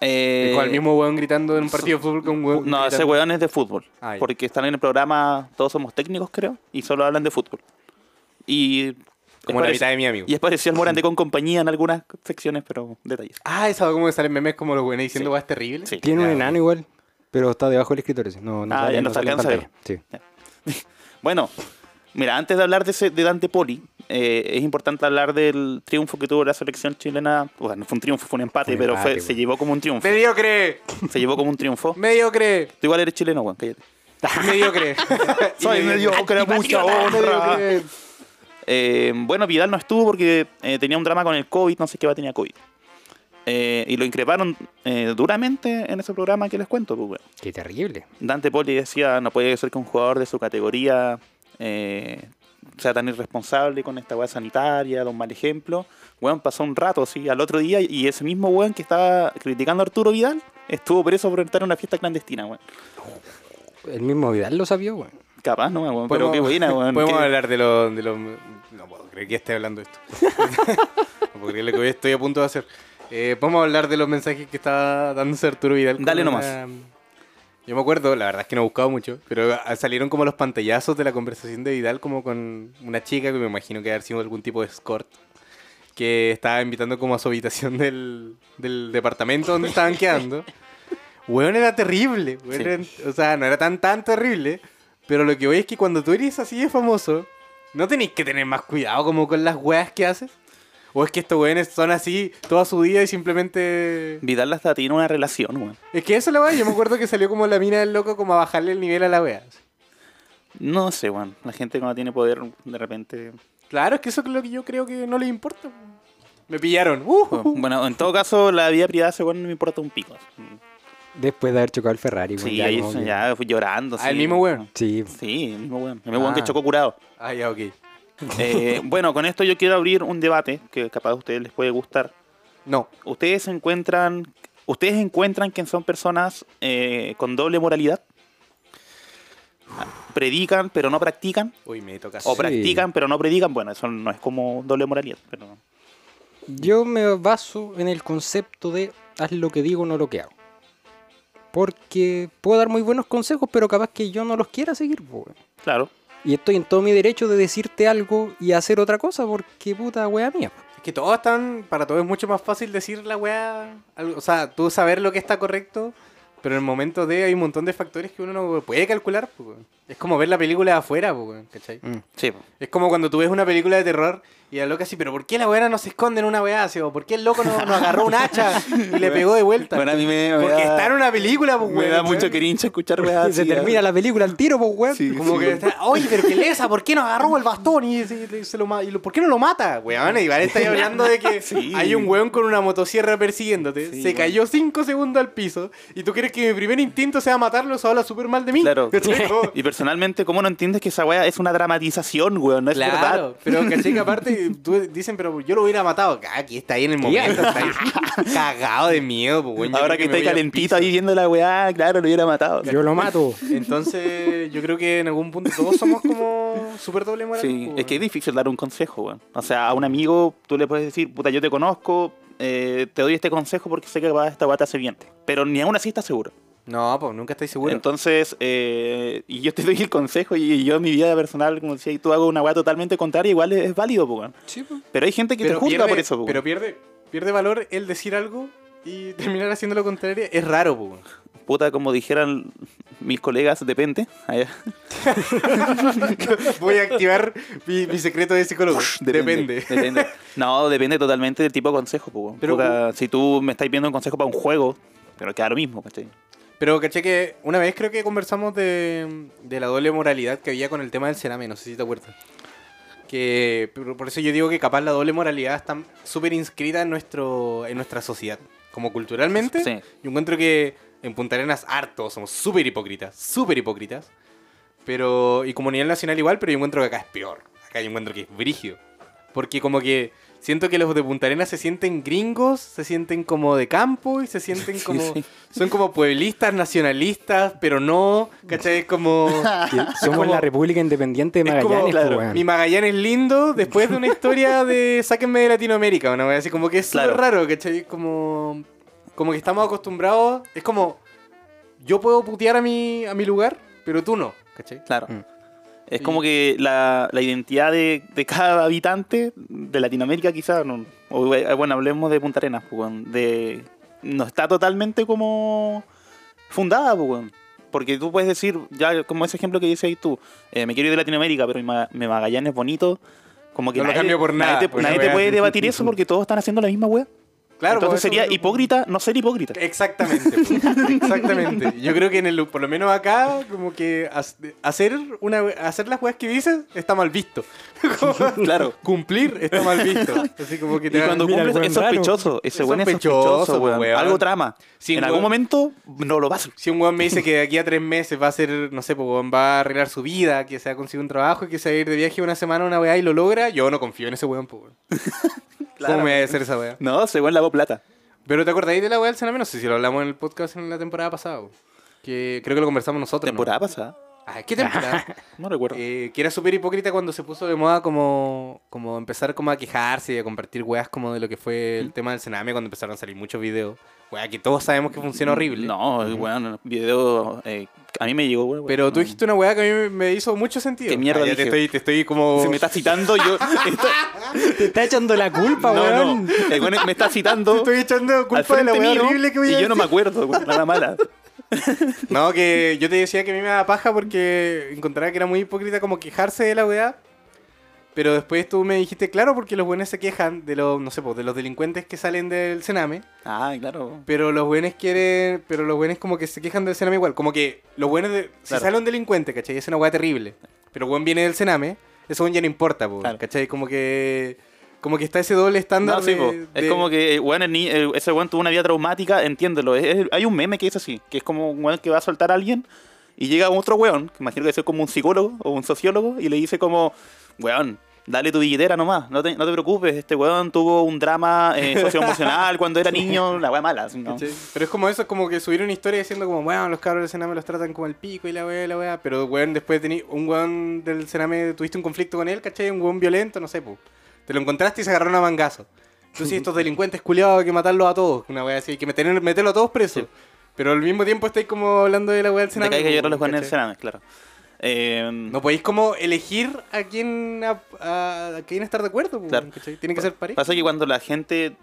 Speaker 2: Eh,
Speaker 3: Con el mismo weón gritando en un partido de fútbol con un weón.
Speaker 2: No, ese
Speaker 3: gritando.
Speaker 2: weón es de fútbol.
Speaker 3: Ah, ya.
Speaker 2: porque están en el programa Todos Somos Técnicos, creo, y solo hablan de fútbol. Y.
Speaker 3: Como
Speaker 2: es
Speaker 3: la
Speaker 2: parec-
Speaker 3: mitad de mi amigo.
Speaker 2: Y es parecido al Morante con compañía en algunas secciones, pero detalles.
Speaker 3: Ah, esa como que salen memes como los weones diciendo
Speaker 2: Sí.
Speaker 3: weas terribles.
Speaker 2: Sí.
Speaker 1: Tiene un
Speaker 3: Ya,
Speaker 1: enano igual, pero está debajo del escritorio. sí. No, no
Speaker 2: Ah,
Speaker 1: sale-
Speaker 2: ya no se
Speaker 1: sale en
Speaker 2: alcanza a ver.
Speaker 1: pantalla. Sí.
Speaker 2: Bueno, Mira, antes de hablar de, ese- de Dante Poli, eh, es importante hablar del triunfo que tuvo la selección chilena. Bueno, no fue un triunfo, fue un empate,
Speaker 1: Fue un
Speaker 2: pero fue-
Speaker 1: empate,
Speaker 2: se
Speaker 1: weón.
Speaker 2: llevó como un triunfo.
Speaker 3: ¡Mediocre!
Speaker 2: Se llevó como un triunfo.
Speaker 3: ¡Mediocre!
Speaker 2: Tú igual eres chileno, weón, cállate.
Speaker 3: ¡Mediocre!
Speaker 2: Soy mediocre, mucha honra. Eh, bueno, Vidal no estuvo porque eh, tenía un drama con el COVID, no sé qué va, tenía COVID. Eh, y lo increparon eh, duramente en ese programa que les cuento. pues, weón.
Speaker 1: Qué terrible.
Speaker 2: Dante Poli decía, no puede ser que un jugador de su categoría eh, sea tan irresponsable con esta weá sanitaria, da un mal ejemplo. Weón pasó un rato, sí, al otro día, y ese mismo weón que estaba criticando a Arturo Vidal estuvo preso por entrar a una fiesta clandestina, weón.
Speaker 1: El mismo Vidal lo sabía, weón.
Speaker 2: Capaz, no, weón, pero qué buena, weón.
Speaker 3: Podemos
Speaker 2: qué-
Speaker 3: hablar de los... De los- no puedo creer que esté hablando esto. no puedo creer lo que hoy estoy a punto de hacer. Eh, Podemos hablar de los mensajes que está dándose Arturo Vidal. con
Speaker 2: Dale
Speaker 3: una-
Speaker 2: nomás.
Speaker 3: Yo me acuerdo, la verdad es que no he buscado mucho, pero ah, salieron como los pantallazos de la conversación de Vidal como con una chica que me imagino que haber sido algún tipo de escort que estaba invitando como a su habitación del, del departamento donde estaban quedando. Weón era terrible. weón,
Speaker 2: Sí.
Speaker 3: era- o sea, no era tan tan terrible. Pero lo que voy es que cuando tú eres así de famoso, ¿no tenéis que tener más cuidado como con las weas que haces? ¿O es que estos weones son así toda su vida y simplemente...
Speaker 2: Vidal hasta tiene una relación, weón.
Speaker 3: Es que esa es la wea, yo me acuerdo que salió como la mina del loco como a bajarle el nivel a la wea.
Speaker 2: No sé, weón. La gente cuando tiene poder, de repente...
Speaker 3: Claro, es que eso es lo que yo creo que no le importa. Me pillaron. Uh, uh, uh.
Speaker 2: Bueno, en todo caso, la vida privada, ese weón no me importa un pico.
Speaker 1: Después de haber chocado el Ferrari, weón.
Speaker 2: Sí,
Speaker 1: ya
Speaker 2: ahí
Speaker 1: como que-
Speaker 2: ya fui llorando.
Speaker 3: Ah,
Speaker 2: sí.
Speaker 3: el mismo weón.
Speaker 1: Sí,
Speaker 2: Sí, el mismo weón. El mismo weón que
Speaker 3: Ah.
Speaker 2: chocó curado.
Speaker 3: Ah, ya, ok.
Speaker 2: Eh, bueno, con esto yo quiero abrir un debate que capaz a ustedes les puede gustar.
Speaker 3: No.
Speaker 2: ¿Ustedes encuentran, ustedes encuentran que son personas eh, con doble moralidad? Ah, ¿Predican pero no practican?
Speaker 3: Uy, me toca.
Speaker 2: ¿O
Speaker 1: Sí.
Speaker 2: practican pero no predican? Bueno, eso no es como doble moralidad. Pero...
Speaker 1: Yo me baso en el concepto de haz lo que digo, no lo que hago. Porque puedo dar muy buenos consejos, pero capaz que yo no los quiera seguir, po, weón.
Speaker 2: Claro.
Speaker 1: Y estoy en todo mi derecho de decirte algo y hacer otra cosa, porque puta wea mía.
Speaker 3: Es que todos están, para todos es mucho más fácil decir la weá, algo- o sea, tú saber lo que está correcto, pero en el momento de hay un montón de factores que uno no puede calcular. pues, weón. Es como ver la película de afuera, pues, weón, ¿cachai?
Speaker 2: Sí.
Speaker 3: Es como cuando tú ves una película de terror y la loca así, pero ¿por qué la weá no se esconde en una weá? así? ¿O por qué el loco no, no agarró un hacha y le pegó de vuelta?
Speaker 2: Bueno, a mí me- me
Speaker 3: Porque
Speaker 2: da-
Speaker 3: está en una película, pues,
Speaker 2: Me
Speaker 3: weón,
Speaker 2: da mucho
Speaker 3: weón.
Speaker 2: cringe escuchar weas
Speaker 1: se
Speaker 2: así, ¿eh?
Speaker 1: termina la película al tiro, po, weón.
Speaker 2: Sí.
Speaker 3: Como que está, oye, pero qué lesa, ¿por qué no agarró el bastón y, se, le- se lo, ma- y lo- por qué no lo mata? Weón, Iván está ahí hablando de que
Speaker 2: Sí.
Speaker 3: hay un weón con una motosierra persiguiéndote,
Speaker 2: Sí,
Speaker 3: se
Speaker 2: weón.
Speaker 3: cayó 5 segundos al piso y tú crees que mi primer intento sea matarlo, eso habla súper mal de mí.
Speaker 2: Claro.
Speaker 3: ¿Cachai? Como-
Speaker 2: Y personalmente, ¿cómo no entiendes que esa wea es una dramatización, weón? No es verdad.
Speaker 3: Claro, pero caché que aparte tú- dicen, pero yo lo hubiera matado. Ah, Aquí está ahí en el momento, está ahí cagado de miedo, pues, weón. Yo
Speaker 2: Ahora
Speaker 3: creo
Speaker 2: que
Speaker 3: me
Speaker 2: estoy
Speaker 3: voy al
Speaker 2: calentito
Speaker 3: piso.
Speaker 2: ahí viendo la weá, claro, lo hubiera matado.
Speaker 1: Yo lo mato.
Speaker 3: Entonces, yo creo que en algún punto todos somos como súper doble moral.
Speaker 2: Sí,
Speaker 3: pues,
Speaker 2: es que es
Speaker 3: weón.
Speaker 2: difícil dar un consejo, weón. O sea, a un amigo tú le puedes decir, puta, yo te conozco, eh, te doy este consejo porque sé que va, esta weá te hace bien. Pero ni aún así estás seguro.
Speaker 3: No, pues nunca estoy seguro.
Speaker 2: Entonces, eh, y yo te doy el consejo y yo en mi vida personal, como decía, y tú hago una weá totalmente contraria, igual es, es válido, po, weón. Pero hay gente que te juzga
Speaker 3: pierde,
Speaker 2: por eso, po, weón.
Speaker 3: Pero pierde, pierde valor el decir algo y terminar haciendo lo contrario. Es raro, po.
Speaker 2: Puta, como dijeran mis colegas, depende. Allá.
Speaker 3: Voy a activar mi, mi secreto de psicólogo. Depende.
Speaker 2: depende. No, depende totalmente del tipo de consejo, po, weón.
Speaker 3: Pero-
Speaker 2: Puta, si tú me estás pidiendo un consejo para un juego, pero queda lo mismo, ¿cachai?
Speaker 3: Pero caché que una vez creo que conversamos de, de la doble moralidad que había con el tema del cename, no sé si te acuerdas. Que pero por eso yo digo que capaz la doble moralidad está súper inscrita en, nuestro, en nuestra sociedad. Como culturalmente,
Speaker 2: Sí.
Speaker 3: yo encuentro que en Punta Arenas harto somos súper hipócritas, súper hipócritas. Pero, y como a nivel nacional igual, pero yo encuentro que acá es peor. Acá yo encuentro que es brígido. Porque como que siento que los de Punta Arenas se sienten gringos, se sienten como de campo y se sienten como...
Speaker 2: sí.
Speaker 3: Son como pueblistas, nacionalistas, pero no, ¿cachai? Es como...
Speaker 1: Que somos
Speaker 3: como-
Speaker 1: la República Independiente de
Speaker 3: es como,
Speaker 1: Magallanes, po,
Speaker 2: claro,
Speaker 1: weón.
Speaker 3: Mi Magallanes lindo después de una historia de sáquenme de Latinoamérica, una wea así como que es súper
Speaker 2: Claro.
Speaker 3: raro, ¿cachai? Como, como que estamos acostumbrados, es como, yo puedo putear a mi, a mi lugar, pero tú no, ¿cachai?
Speaker 2: Claro.
Speaker 1: Mm.
Speaker 2: Es
Speaker 3: Y-
Speaker 2: como que la, la identidad de, de cada habitante de Latinoamérica, quizás, no, o, eh, bueno, hablemos de Punta Arenas, pues, weón, de, no está totalmente como fundada, pues, weón. Porque tú puedes decir, ya como ese ejemplo que dices ahí tú, eh, me quiero ir de Latinoamérica, pero mi, Ma- mi Magallanes es bonito. Como que
Speaker 3: No lo
Speaker 2: nadie-
Speaker 3: cambio por nada,
Speaker 2: Nadie, te,
Speaker 3: pues,
Speaker 2: nadie
Speaker 3: la
Speaker 2: te
Speaker 3: wea.
Speaker 2: puede debatir eso porque todos están haciendo la misma wea.
Speaker 3: Claro,
Speaker 2: Entonces
Speaker 3: pues, eso
Speaker 2: sería
Speaker 3: es lo-
Speaker 2: hipócrita no ser hipócrita.
Speaker 3: Exactamente, pues, exactamente. Yo creo que en el, por lo menos acá, como que has- hacer una hacer las weas que dices está mal visto. claro. Cumplir está mal visto. Así como que
Speaker 2: Y
Speaker 3: dan-
Speaker 2: cuando
Speaker 4: Mira, el
Speaker 2: cumples es
Speaker 4: buen raro.
Speaker 2: sospechoso. Ese
Speaker 3: Es
Speaker 2: weón es
Speaker 3: sospechoso,
Speaker 2: sospechoso, weón.
Speaker 3: weón.
Speaker 2: Algo trama.
Speaker 3: Sí,
Speaker 2: en
Speaker 3: weón.
Speaker 2: algún momento no lo vas.
Speaker 3: Si un weón me dice que de aquí a tres meses va a ser, no sé, pues weón va a arreglar su vida, que se va a conseguir un trabajo y que se va a ir de viaje una semana a una weá y lo logra, yo no confío en ese weón, pues weón. ¿Cómo me va a hacer esa weá?
Speaker 2: No, ese weón lavó plata.
Speaker 3: Pero ¿te acordáis de la weá del cename? No sé si lo hablamos en el podcast en la temporada pasada, weón. Que creo que lo conversamos nosotros. ¿no?
Speaker 2: Temporada pasada.
Speaker 3: Ah, ¿Qué temporada?
Speaker 2: No recuerdo.
Speaker 3: Eh, que era súper hipócrita cuando se puso de moda como, como empezar como a quejarse y a compartir weas como de lo que fue
Speaker 2: ¿Mm?
Speaker 3: el tema del Sename cuando empezaron a salir muchos videos. Wea que todos sabemos que funciona horrible.
Speaker 2: Mm, No, weón, video. eh, a mí me llegó, weón.
Speaker 3: Pero tú
Speaker 2: no.
Speaker 3: dijiste una wea que a mí me- me hizo mucho sentido.
Speaker 2: Mm. ¿Qué mierda
Speaker 3: Ah, ya te
Speaker 2: dije?
Speaker 3: estoy, te estoy como...
Speaker 2: Si me estás citando, yo. esto-
Speaker 4: Te está echando la culpa,
Speaker 2: no,
Speaker 4: weón.
Speaker 2: no. El weón me está citando.
Speaker 3: Estoy echando
Speaker 2: al
Speaker 3: culpa de la
Speaker 2: frente
Speaker 3: wea
Speaker 2: mío,
Speaker 3: horrible que voy a
Speaker 2: Y yo no
Speaker 3: decir.
Speaker 2: me acuerdo, weón. Nada mala.
Speaker 3: No, que yo te decía que a mí me daba paja porque encontraba que era muy hipócrita como quejarse de la weá. Pero después tú me dijiste, claro, porque los buenos se quejan de los, no sé, pues, de los delincuentes que salen del Sename.
Speaker 2: Ah, claro.
Speaker 3: Pero los buenos quieren. Pero los buenos como que se quejan del Sename igual. Como que los buenos. De, Si
Speaker 2: Claro.
Speaker 3: sale un delincuente, ¿cachai? Es una weá terrible. Pero buen viene del Sename. Eso ya no importa, po,
Speaker 2: Claro.
Speaker 3: ¿cachai? Como que. Como que está ese doble estándar.
Speaker 2: No, sí,
Speaker 3: de-
Speaker 2: po.
Speaker 3: de-
Speaker 2: Es como que eh, weón, el ni- el- ese weón tuvo una vida traumática, entiéndelo. Es- es- hay un meme que es así, que es como un weón que va a soltar a alguien y llega otro weón, que imagino que es como un psicólogo o un sociólogo, y le dice como, weón, dale tu billetera nomás, no te, no te preocupes, este weón tuvo un drama eh, socioemocional cuando era niño, la weá mala. así, ¿no?
Speaker 3: ¿cachai? Pero es como eso, es como que subir una historia diciendo como, bueno, los cabros del Sename los tratan como el pico y la weá, y la weá. Pero weón, después tení un weón del Sename, tuviste un conflicto con él, ¿cachai? Un weón violento, no sé, po. Te lo encontraste y se agarraron a mangazo. Entonces estos delincuentes culiados hay que matarlos a todos, una weá así, hay que meter- meterlo a todos presos. Pero al mismo tiempo estáis como hablando de la weá del
Speaker 2: Me
Speaker 3: Sename.
Speaker 2: cae que
Speaker 3: po,
Speaker 2: lloran los weones del
Speaker 3: ¿cachai?
Speaker 2: Sename, claro. Eh,
Speaker 3: No podéis como elegir a quién, a, a- a quién estar de acuerdo, po,
Speaker 2: Claro.
Speaker 3: ¿cachai? Tiene que ser pareja.
Speaker 2: Pasa que cuando la gente...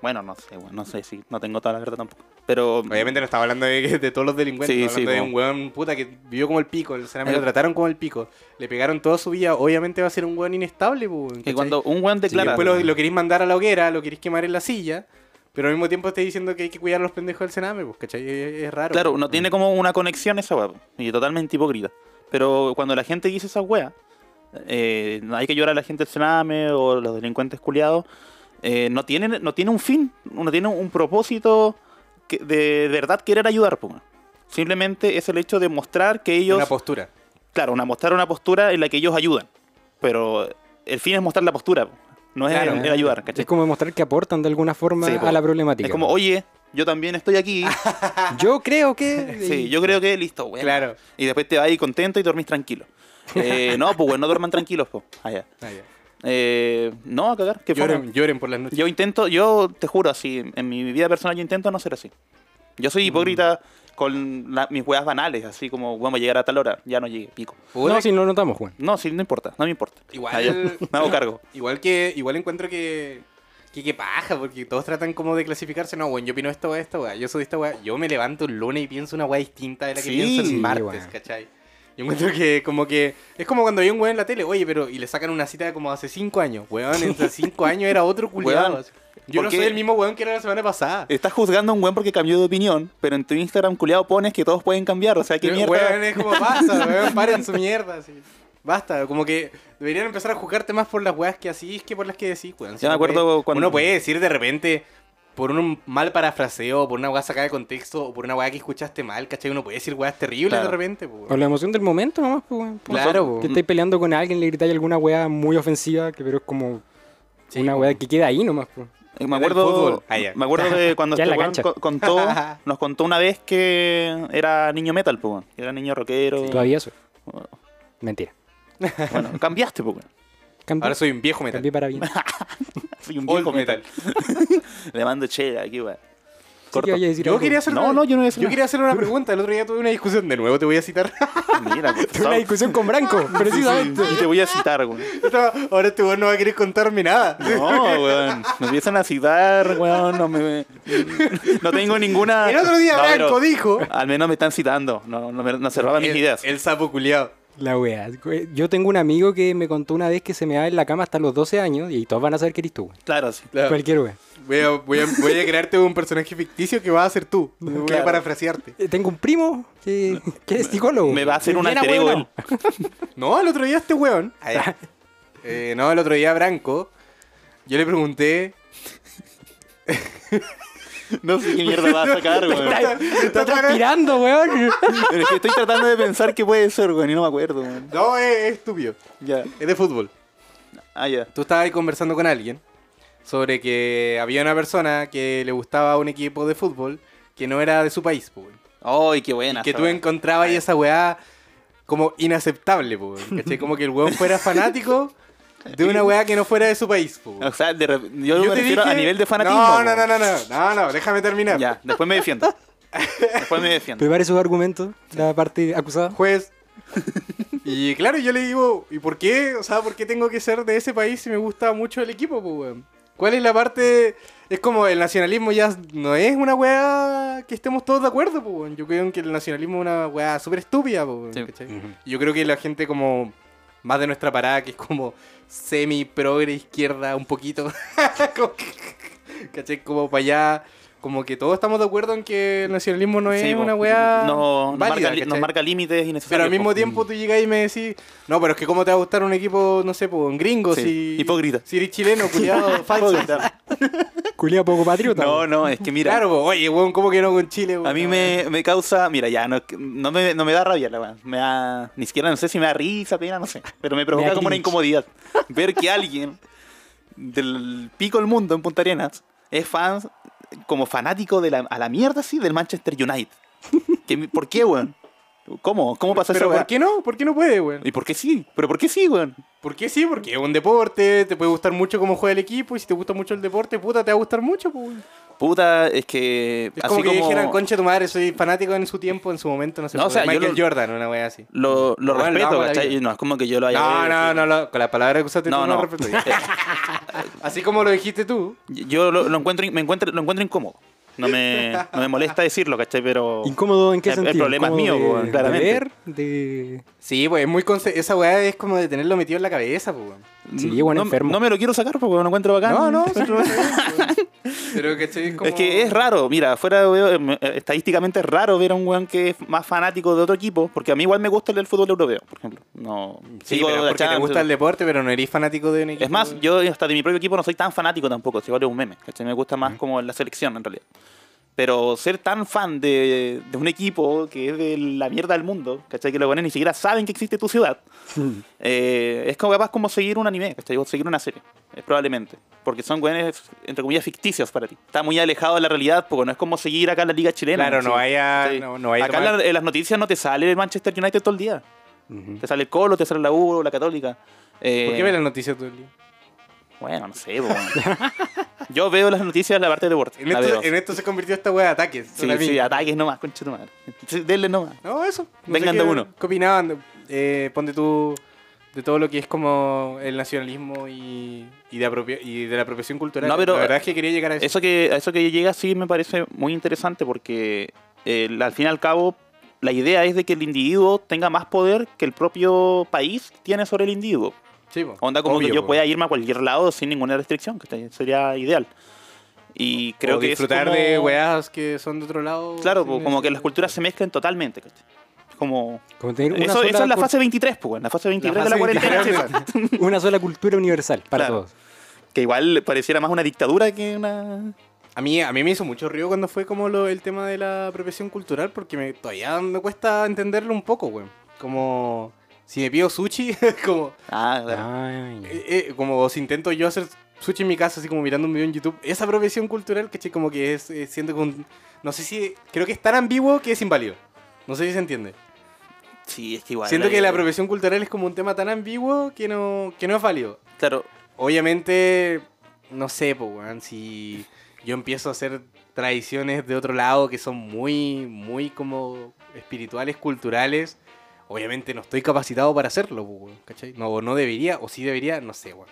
Speaker 2: Bueno, no sé, weón, no sé si... no tengo toda la verdad tampoco. Pero...
Speaker 3: Obviamente no estaba hablando de, de todos los delincuentes,
Speaker 2: Sí,
Speaker 3: estaba hablando
Speaker 2: sí,
Speaker 3: de
Speaker 2: po.
Speaker 3: un weón puta que vivió como el pico, el Sename
Speaker 2: Eh.
Speaker 3: lo trataron como el pico, le pegaron toda su vida, obviamente va a ser un weón inestable, po,
Speaker 2: Que
Speaker 3: ¿cachai?
Speaker 2: cuando un weón
Speaker 3: Y
Speaker 2: declara...
Speaker 3: después lo, lo queréis mandar a la hoguera, lo queréis quemar en la silla, pero al mismo tiempo estáis diciendo que hay que cuidar a los pendejos del Sename, pues, ¿cachai? Es, es raro.
Speaker 2: Claro, no tiene como una conexión esa weá. po, Y totalmente hipócrita. Pero cuando la gente dice esa weá, eh, hay que llorar a la gente del tsunami o los delincuentes culiados. eh, no, tiene, no tiene un fin, no tiene un propósito que- de, de verdad querer ayudar. po, weón. Simplemente es el hecho de mostrar que ellos.
Speaker 3: Una postura.
Speaker 2: claro, una, mostrar una postura en la que ellos ayudan. Pero el fin es mostrar la postura, po, no es
Speaker 3: Claro.
Speaker 2: el- el ayudar. ¿cachai?
Speaker 1: Eh, Es como demostrar que aportan de alguna forma
Speaker 2: Sí, po.
Speaker 1: a la problemática.
Speaker 2: Es como, oye, yo también estoy aquí.
Speaker 1: Yo creo que.
Speaker 2: Sí, yo creo que listo, weón.
Speaker 3: Claro.
Speaker 2: Y después te vas ahí contento y dormís tranquilo. Eh, no, pues, weón, no duerman tranquilos, pues. Allá.
Speaker 3: Ah, ya.
Speaker 2: Eh, no, a cagar, que
Speaker 3: Lloren, lloren por las noches.
Speaker 2: Yo intento, yo te juro, así, en mi vida personal yo intento no ser así. Yo soy hipócrita con la- mis weas banales, así como, bueno, voy a llegar a tal hora, ya no llegué, pico.
Speaker 3: Puta
Speaker 1: No, si no notamos, Juan.
Speaker 2: No, sí, no importa, no me importa.
Speaker 3: Igual-
Speaker 2: Allá. me hago cargo.
Speaker 3: Igual que igual encuentro que que qué paja, porque todos tratan como de clasificarse, no, bueno, yo opino esta weá, esta weá, yo soy esta weá, yo me levanto el lunes y pienso una weá distinta de la que
Speaker 2: Sí,
Speaker 3: pienso el martes,
Speaker 1: weá.
Speaker 3: ¿cachai? Yo encuentro que como que es como cuando hay un weón en la tele, oye, pero y le sacan una cita de como hace cinco años, weón, entre cinco años era otro culiado.
Speaker 2: Weón,
Speaker 3: así. yo
Speaker 2: ¿por
Speaker 3: no
Speaker 2: qué?
Speaker 3: soy el mismo weón que era la semana pasada.
Speaker 2: Estás juzgando a un weón porque cambió de opinión, pero en tu Instagram culiado pones que todos pueden cambiar, o sea, qué mierda.
Speaker 3: Weón, es como pasa, weón, paren su mierda, así. Basta, como que deberían empezar a juzgarte más por las weas que hacís que por las que decís, weón. Si
Speaker 2: Yo me
Speaker 3: uno
Speaker 2: acuerdo
Speaker 3: puede-
Speaker 2: cuando-
Speaker 3: Uno puede decir de repente, por un mal parafraseo, por una wea sacada de contexto, o por una wea que escuchaste mal, ¿cachai? Uno puede decir weas terribles
Speaker 2: Claro.
Speaker 3: de repente, po,
Speaker 1: O
Speaker 3: weón.
Speaker 1: la emoción del momento nomás, pues, weón.
Speaker 3: Claro,
Speaker 1: Que
Speaker 3: po.
Speaker 1: estáis peleando con alguien, le gritáis alguna weá muy ofensiva, que pero es como
Speaker 3: Sí,
Speaker 1: una
Speaker 3: po.
Speaker 1: weá que queda ahí nomás, pues.
Speaker 2: Eh, Me
Speaker 3: Era el fútbol.
Speaker 2: acuerdo,
Speaker 3: Ah, ya.
Speaker 2: me acuerdo de cuando
Speaker 1: Ya en
Speaker 2: este
Speaker 1: la
Speaker 2: weón
Speaker 1: cancha.
Speaker 2: co- contó, nos contó una vez que era niño metal, po, weón. era niño rockero.
Speaker 1: Todavía eso. Mentira.
Speaker 2: Bueno, cambiaste, po, weón.
Speaker 1: Cambié,
Speaker 3: Ahora soy un viejo metal.
Speaker 1: cambié para bien.
Speaker 2: Soy un
Speaker 3: Old
Speaker 2: viejo metal. Le mando chela aquí, weón.
Speaker 1: que
Speaker 2: corto.
Speaker 1: vaya a decir
Speaker 3: Yo
Speaker 1: algo.
Speaker 3: quería hacer
Speaker 2: No,
Speaker 3: una-
Speaker 2: no, yo no voy a hacer
Speaker 3: Yo
Speaker 2: nada.
Speaker 3: quería hacer una pregunta. El otro día tuve una discusión de nuevo, te voy a citar.
Speaker 2: Mira, por
Speaker 1: Una
Speaker 2: favor.
Speaker 1: discusión con Branco, precisamente.
Speaker 2: Y te voy a citar, güey.
Speaker 3: No, ahora este weón no va a querer contarme nada.
Speaker 2: No, weón. Me empiezan a citar, weón. No, me, no tengo ninguna.
Speaker 3: El otro día
Speaker 2: No, pero
Speaker 3: Blanco dijo.
Speaker 2: Al menos me están citando. No, no, me- no cerraba mis
Speaker 3: El-
Speaker 2: ideas.
Speaker 3: El sapo culiado.
Speaker 1: La wea. güey. Yo tengo un amigo que me contó una vez que se me va en la cama hasta los 12 años y todos van a saber que eres tú, güey.
Speaker 2: Claro, sí.
Speaker 1: Cualquier wea.
Speaker 3: Voy a, voy, a, voy a crearte un personaje ficticio que vas a ser tú. Voy
Speaker 2: Claro.
Speaker 3: a parafrasearte.
Speaker 1: Eh, Tengo un primo que, que es psicólogo.
Speaker 2: Me va a hacer un
Speaker 1: Bien
Speaker 2: alter ego
Speaker 1: ahueonado.
Speaker 3: No, el otro día este weón. Eh, no, el otro día Branco. Yo le pregunté.
Speaker 2: él. No sé qué mierda va a sacar, weón.
Speaker 1: Está transpirando, weón.
Speaker 2: Pero es que estoy tratando de pensar qué puede ser, weón. Y no me acuerdo, weón.
Speaker 3: No, es, es estúpido.
Speaker 2: Ya.
Speaker 3: Es de fútbol.
Speaker 2: Ah, ya.
Speaker 3: Tú estabas ahí conversando con alguien sobre que había una persona que le gustaba un equipo de fútbol que no era de su país, po, weón.
Speaker 2: Ay, qué buena.
Speaker 3: que
Speaker 2: Ah, esa,
Speaker 3: tú
Speaker 2: weón.
Speaker 3: encontrabas ahí esa weá como inaceptable, po, weón, ¿cachai? Como que el weón fuera fanático de una weá que no fuera de su país, po, weón.
Speaker 2: O sea, de rep- yo, me
Speaker 3: te
Speaker 2: refiero a
Speaker 3: dije-
Speaker 2: nivel de fanatismo.
Speaker 3: No,
Speaker 2: weón.
Speaker 3: no, no, no, no, no, no, déjame terminar.
Speaker 2: Ya, después me defiendo. Después me defiendo.
Speaker 1: Prepare sus argumentos, la parte acusada.
Speaker 3: Juez. Y claro, yo le digo, ¿y por qué? O sea, ¿por qué tengo que ser de ese país si me gusta mucho el equipo, po, weón? ¿Cuál es la parte? Es como el nacionalismo ya no es una weá que estemos todos de acuerdo, po, weón. Yo creo que el nacionalismo es una weá súper estúpida, po, weón,
Speaker 2: Sí.
Speaker 3: ¿cachai? Yo creo que la gente como más de nuestra parada, que es como semi progre izquierda un poquito, como que- ¿cachai? Como para allá, como que todos estamos de acuerdo en que el nacionalismo no es
Speaker 2: Sí, po.
Speaker 3: una weá
Speaker 2: No, nos,
Speaker 3: válida,
Speaker 2: marca, li- nos
Speaker 3: ¿cachai?
Speaker 2: marca límites innecesarios.
Speaker 3: Pero al mismo
Speaker 2: po.
Speaker 3: tiempo tú llegas y me decís, no, pero es que cómo te va a gustar un equipo, no sé, po, un gringo,
Speaker 2: Sí,
Speaker 3: si...
Speaker 2: hipócrita.
Speaker 3: Si eres chileno, culiado, falso.
Speaker 1: Culia poco patriota.
Speaker 2: No,
Speaker 1: weón.
Speaker 2: no, es que mira.
Speaker 3: Claro, po, oye, weón, ¿cómo que no con Chile, weón?
Speaker 2: A mí me, me causa, mira, ya, no, no, me, no me da rabia la weá. Me da, ni siquiera, no sé si me da risa, pena, no sé. Pero me provoca
Speaker 1: da
Speaker 2: como una
Speaker 1: cringe.
Speaker 2: incomodidad ver que alguien del pico del mundo en Punta Arenas es fan, como fanático de la, a la mierda, sí, del Manchester United. Que mi- ¿Por qué, weón? ¿Cómo? ¿Cómo pasó
Speaker 3: Pero
Speaker 2: eso?
Speaker 3: ¿por qué no? ¿Por qué no puede, weón?
Speaker 2: ¿Y por qué sí? ¿Pero por qué sí, weón?
Speaker 3: ¿Por qué sí? Porque es un deporte, te puede gustar mucho cómo juega el equipo, y si te gusta mucho el deporte, puta, te va a gustar mucho, po, weón.
Speaker 2: Puta, es que.
Speaker 3: Es
Speaker 2: así
Speaker 3: como que
Speaker 2: como-
Speaker 3: dijeran, concha tu madre, soy fanático en su tiempo, en su momento, no sé.
Speaker 2: No,
Speaker 3: po,
Speaker 2: o sea,
Speaker 3: de
Speaker 2: yo
Speaker 3: Michael
Speaker 2: lo-
Speaker 3: Jordan, una weá así.
Speaker 2: Lo, lo
Speaker 3: Bueno,
Speaker 2: respeto,
Speaker 3: vamos a la
Speaker 2: ¿cachai?
Speaker 3: vida.
Speaker 2: No, es como que yo lo haya.
Speaker 3: No, no, no, lo- con la palabra que usaste
Speaker 2: No,
Speaker 3: tú no,
Speaker 2: no. Eh,
Speaker 3: respeto. Así como lo dijiste tú.
Speaker 2: Yo lo, lo encuentro, in- me encuentro, lo encuentro incómodo. No me, no me molesta decirlo, ¿cachai? Pero.
Speaker 1: ¿Incómodo en qué
Speaker 2: El- el
Speaker 1: sentido?
Speaker 2: problema es
Speaker 1: ¿Incómodo
Speaker 2: mío,
Speaker 1: de-
Speaker 2: weón,
Speaker 1: de
Speaker 2: claramente.
Speaker 1: ver? de...
Speaker 3: Sí, pues es muy conce- esa weá es como de tenerlo metido en la cabeza, pues. weón.
Speaker 1: Sí, weón,
Speaker 2: no,
Speaker 1: enfermo.
Speaker 2: no me lo quiero sacar porque lo encuentro bacán.
Speaker 3: No, no, sí,
Speaker 2: Pero-
Speaker 3: Pero ¿cachai? como-
Speaker 2: Es que es raro, mira, fuera veo, em, eh, estadísticamente es raro ver a un weón que es más fanático de otro equipo, porque a mí igual me gusta el del fútbol europeo, por ejemplo. No,
Speaker 3: Sí,
Speaker 2: sigo
Speaker 3: pero
Speaker 2: la
Speaker 3: es porque te
Speaker 2: Champions.
Speaker 3: gusta el deporte, pero no eres fanático de un equipo.
Speaker 2: Es más, yo hasta de mi propio equipo no soy tan fanático tampoco, si igual es un meme, ¿cachai? Me gusta más como la selección en realidad. Pero ser tan fan de, de un equipo que es de la mierda del mundo, ¿cachai? Que los buenos ni siquiera saben que existe tu ciudad, eh, es como capaz como seguir un anime, ¿cachai? O seguir una serie, eh, probablemente. Porque son güeyes, entre comillas, ficticios para ti. Está muy alejado de la realidad, porque no es como seguir acá en la liga chilena.
Speaker 3: Claro, no
Speaker 2: ¿cachai?
Speaker 3: vaya-
Speaker 2: ¿cachai?
Speaker 3: no- no vaya a
Speaker 2: acá en,
Speaker 3: tomar-
Speaker 2: la- en las noticias no te sale el Manchester United todo el día. Te sale el Colo, te sale la U, la Católica. Eh,
Speaker 3: ¿Por qué ves las noticias todo el día?
Speaker 2: bueno, no sé, po, weón. Yo veo las noticias de la parte de deporte.
Speaker 3: En
Speaker 2: la veo.
Speaker 3: esto, en esto se convirtió esta weá de ataques.
Speaker 2: Sí,
Speaker 3: para mí.
Speaker 2: sí, ataques nomás, concha tu madre. Sí, Denle nomás.
Speaker 3: No, eso. No
Speaker 2: Vengan de
Speaker 3: qué-
Speaker 2: uno.
Speaker 3: ¿Qué opinaban? Eh, ponte tú de todo lo que es como el nacionalismo y, y, de, apropia- y de la apropiación cultural.
Speaker 2: No, pero-
Speaker 3: la verdad es que quería llegar a eso.
Speaker 2: Eso que, a eso que llega sí me parece muy interesante porque eh, al fin y al cabo la idea es de que el individuo tenga más poder que el propio país tiene sobre el individuo.
Speaker 3: Sí, po.
Speaker 2: Onda como que
Speaker 3: Obvio,
Speaker 2: yo
Speaker 3: po.
Speaker 2: pueda irme a cualquier lado sin ninguna restricción, que sería ideal. Y creo
Speaker 3: o
Speaker 2: que es
Speaker 3: disfrutar
Speaker 2: como-
Speaker 3: de weas que son de otro lado.
Speaker 2: Claro,
Speaker 3: sin
Speaker 2: po, como que
Speaker 3: necesidad.
Speaker 2: las culturas se mezclan totalmente, ¿cachai? Como...
Speaker 1: Como tener una,
Speaker 2: Eso,
Speaker 1: sola
Speaker 2: esa es la
Speaker 1: cul-
Speaker 2: fase 23, pues, weón, la fase 23 de la
Speaker 3: fase
Speaker 2: cuarentena.
Speaker 3: 23
Speaker 2: sí, po.
Speaker 1: una sola cultura universal para
Speaker 2: Claro.
Speaker 1: todos.
Speaker 2: Que igual pareciera más una dictadura que una.
Speaker 3: A mí, a mí me hizo mucho río cuando fue como lo- el tema de la apropiación cultural, porque me, todavía me cuesta entenderlo un poco, güey. Como si me pido sushi, como,
Speaker 2: Ah, claro.
Speaker 1: Ay.
Speaker 3: eh, eh, como si intento yo hacer sushi en mi casa, así como mirando un video en YouTube, esa apropiación cultural, que como que es, eh, siento con, no sé si, creo que es tan ambiguo que es inválido. No sé si se entiende.
Speaker 2: Sí, es que igual.
Speaker 3: Siento
Speaker 2: eh,
Speaker 3: que la apropiación cultural es como un tema tan ambiguo que no, que no es válido.
Speaker 2: Claro,
Speaker 3: Obviamente, no sé, po, weón, si yo empiezo a hacer tradiciones de otro lado que son muy, muy como espirituales, culturales. Obviamente no estoy capacitado para hacerlo, pues, weón, ¿cachai? No, o no debería, o sí debería, no sé, weón.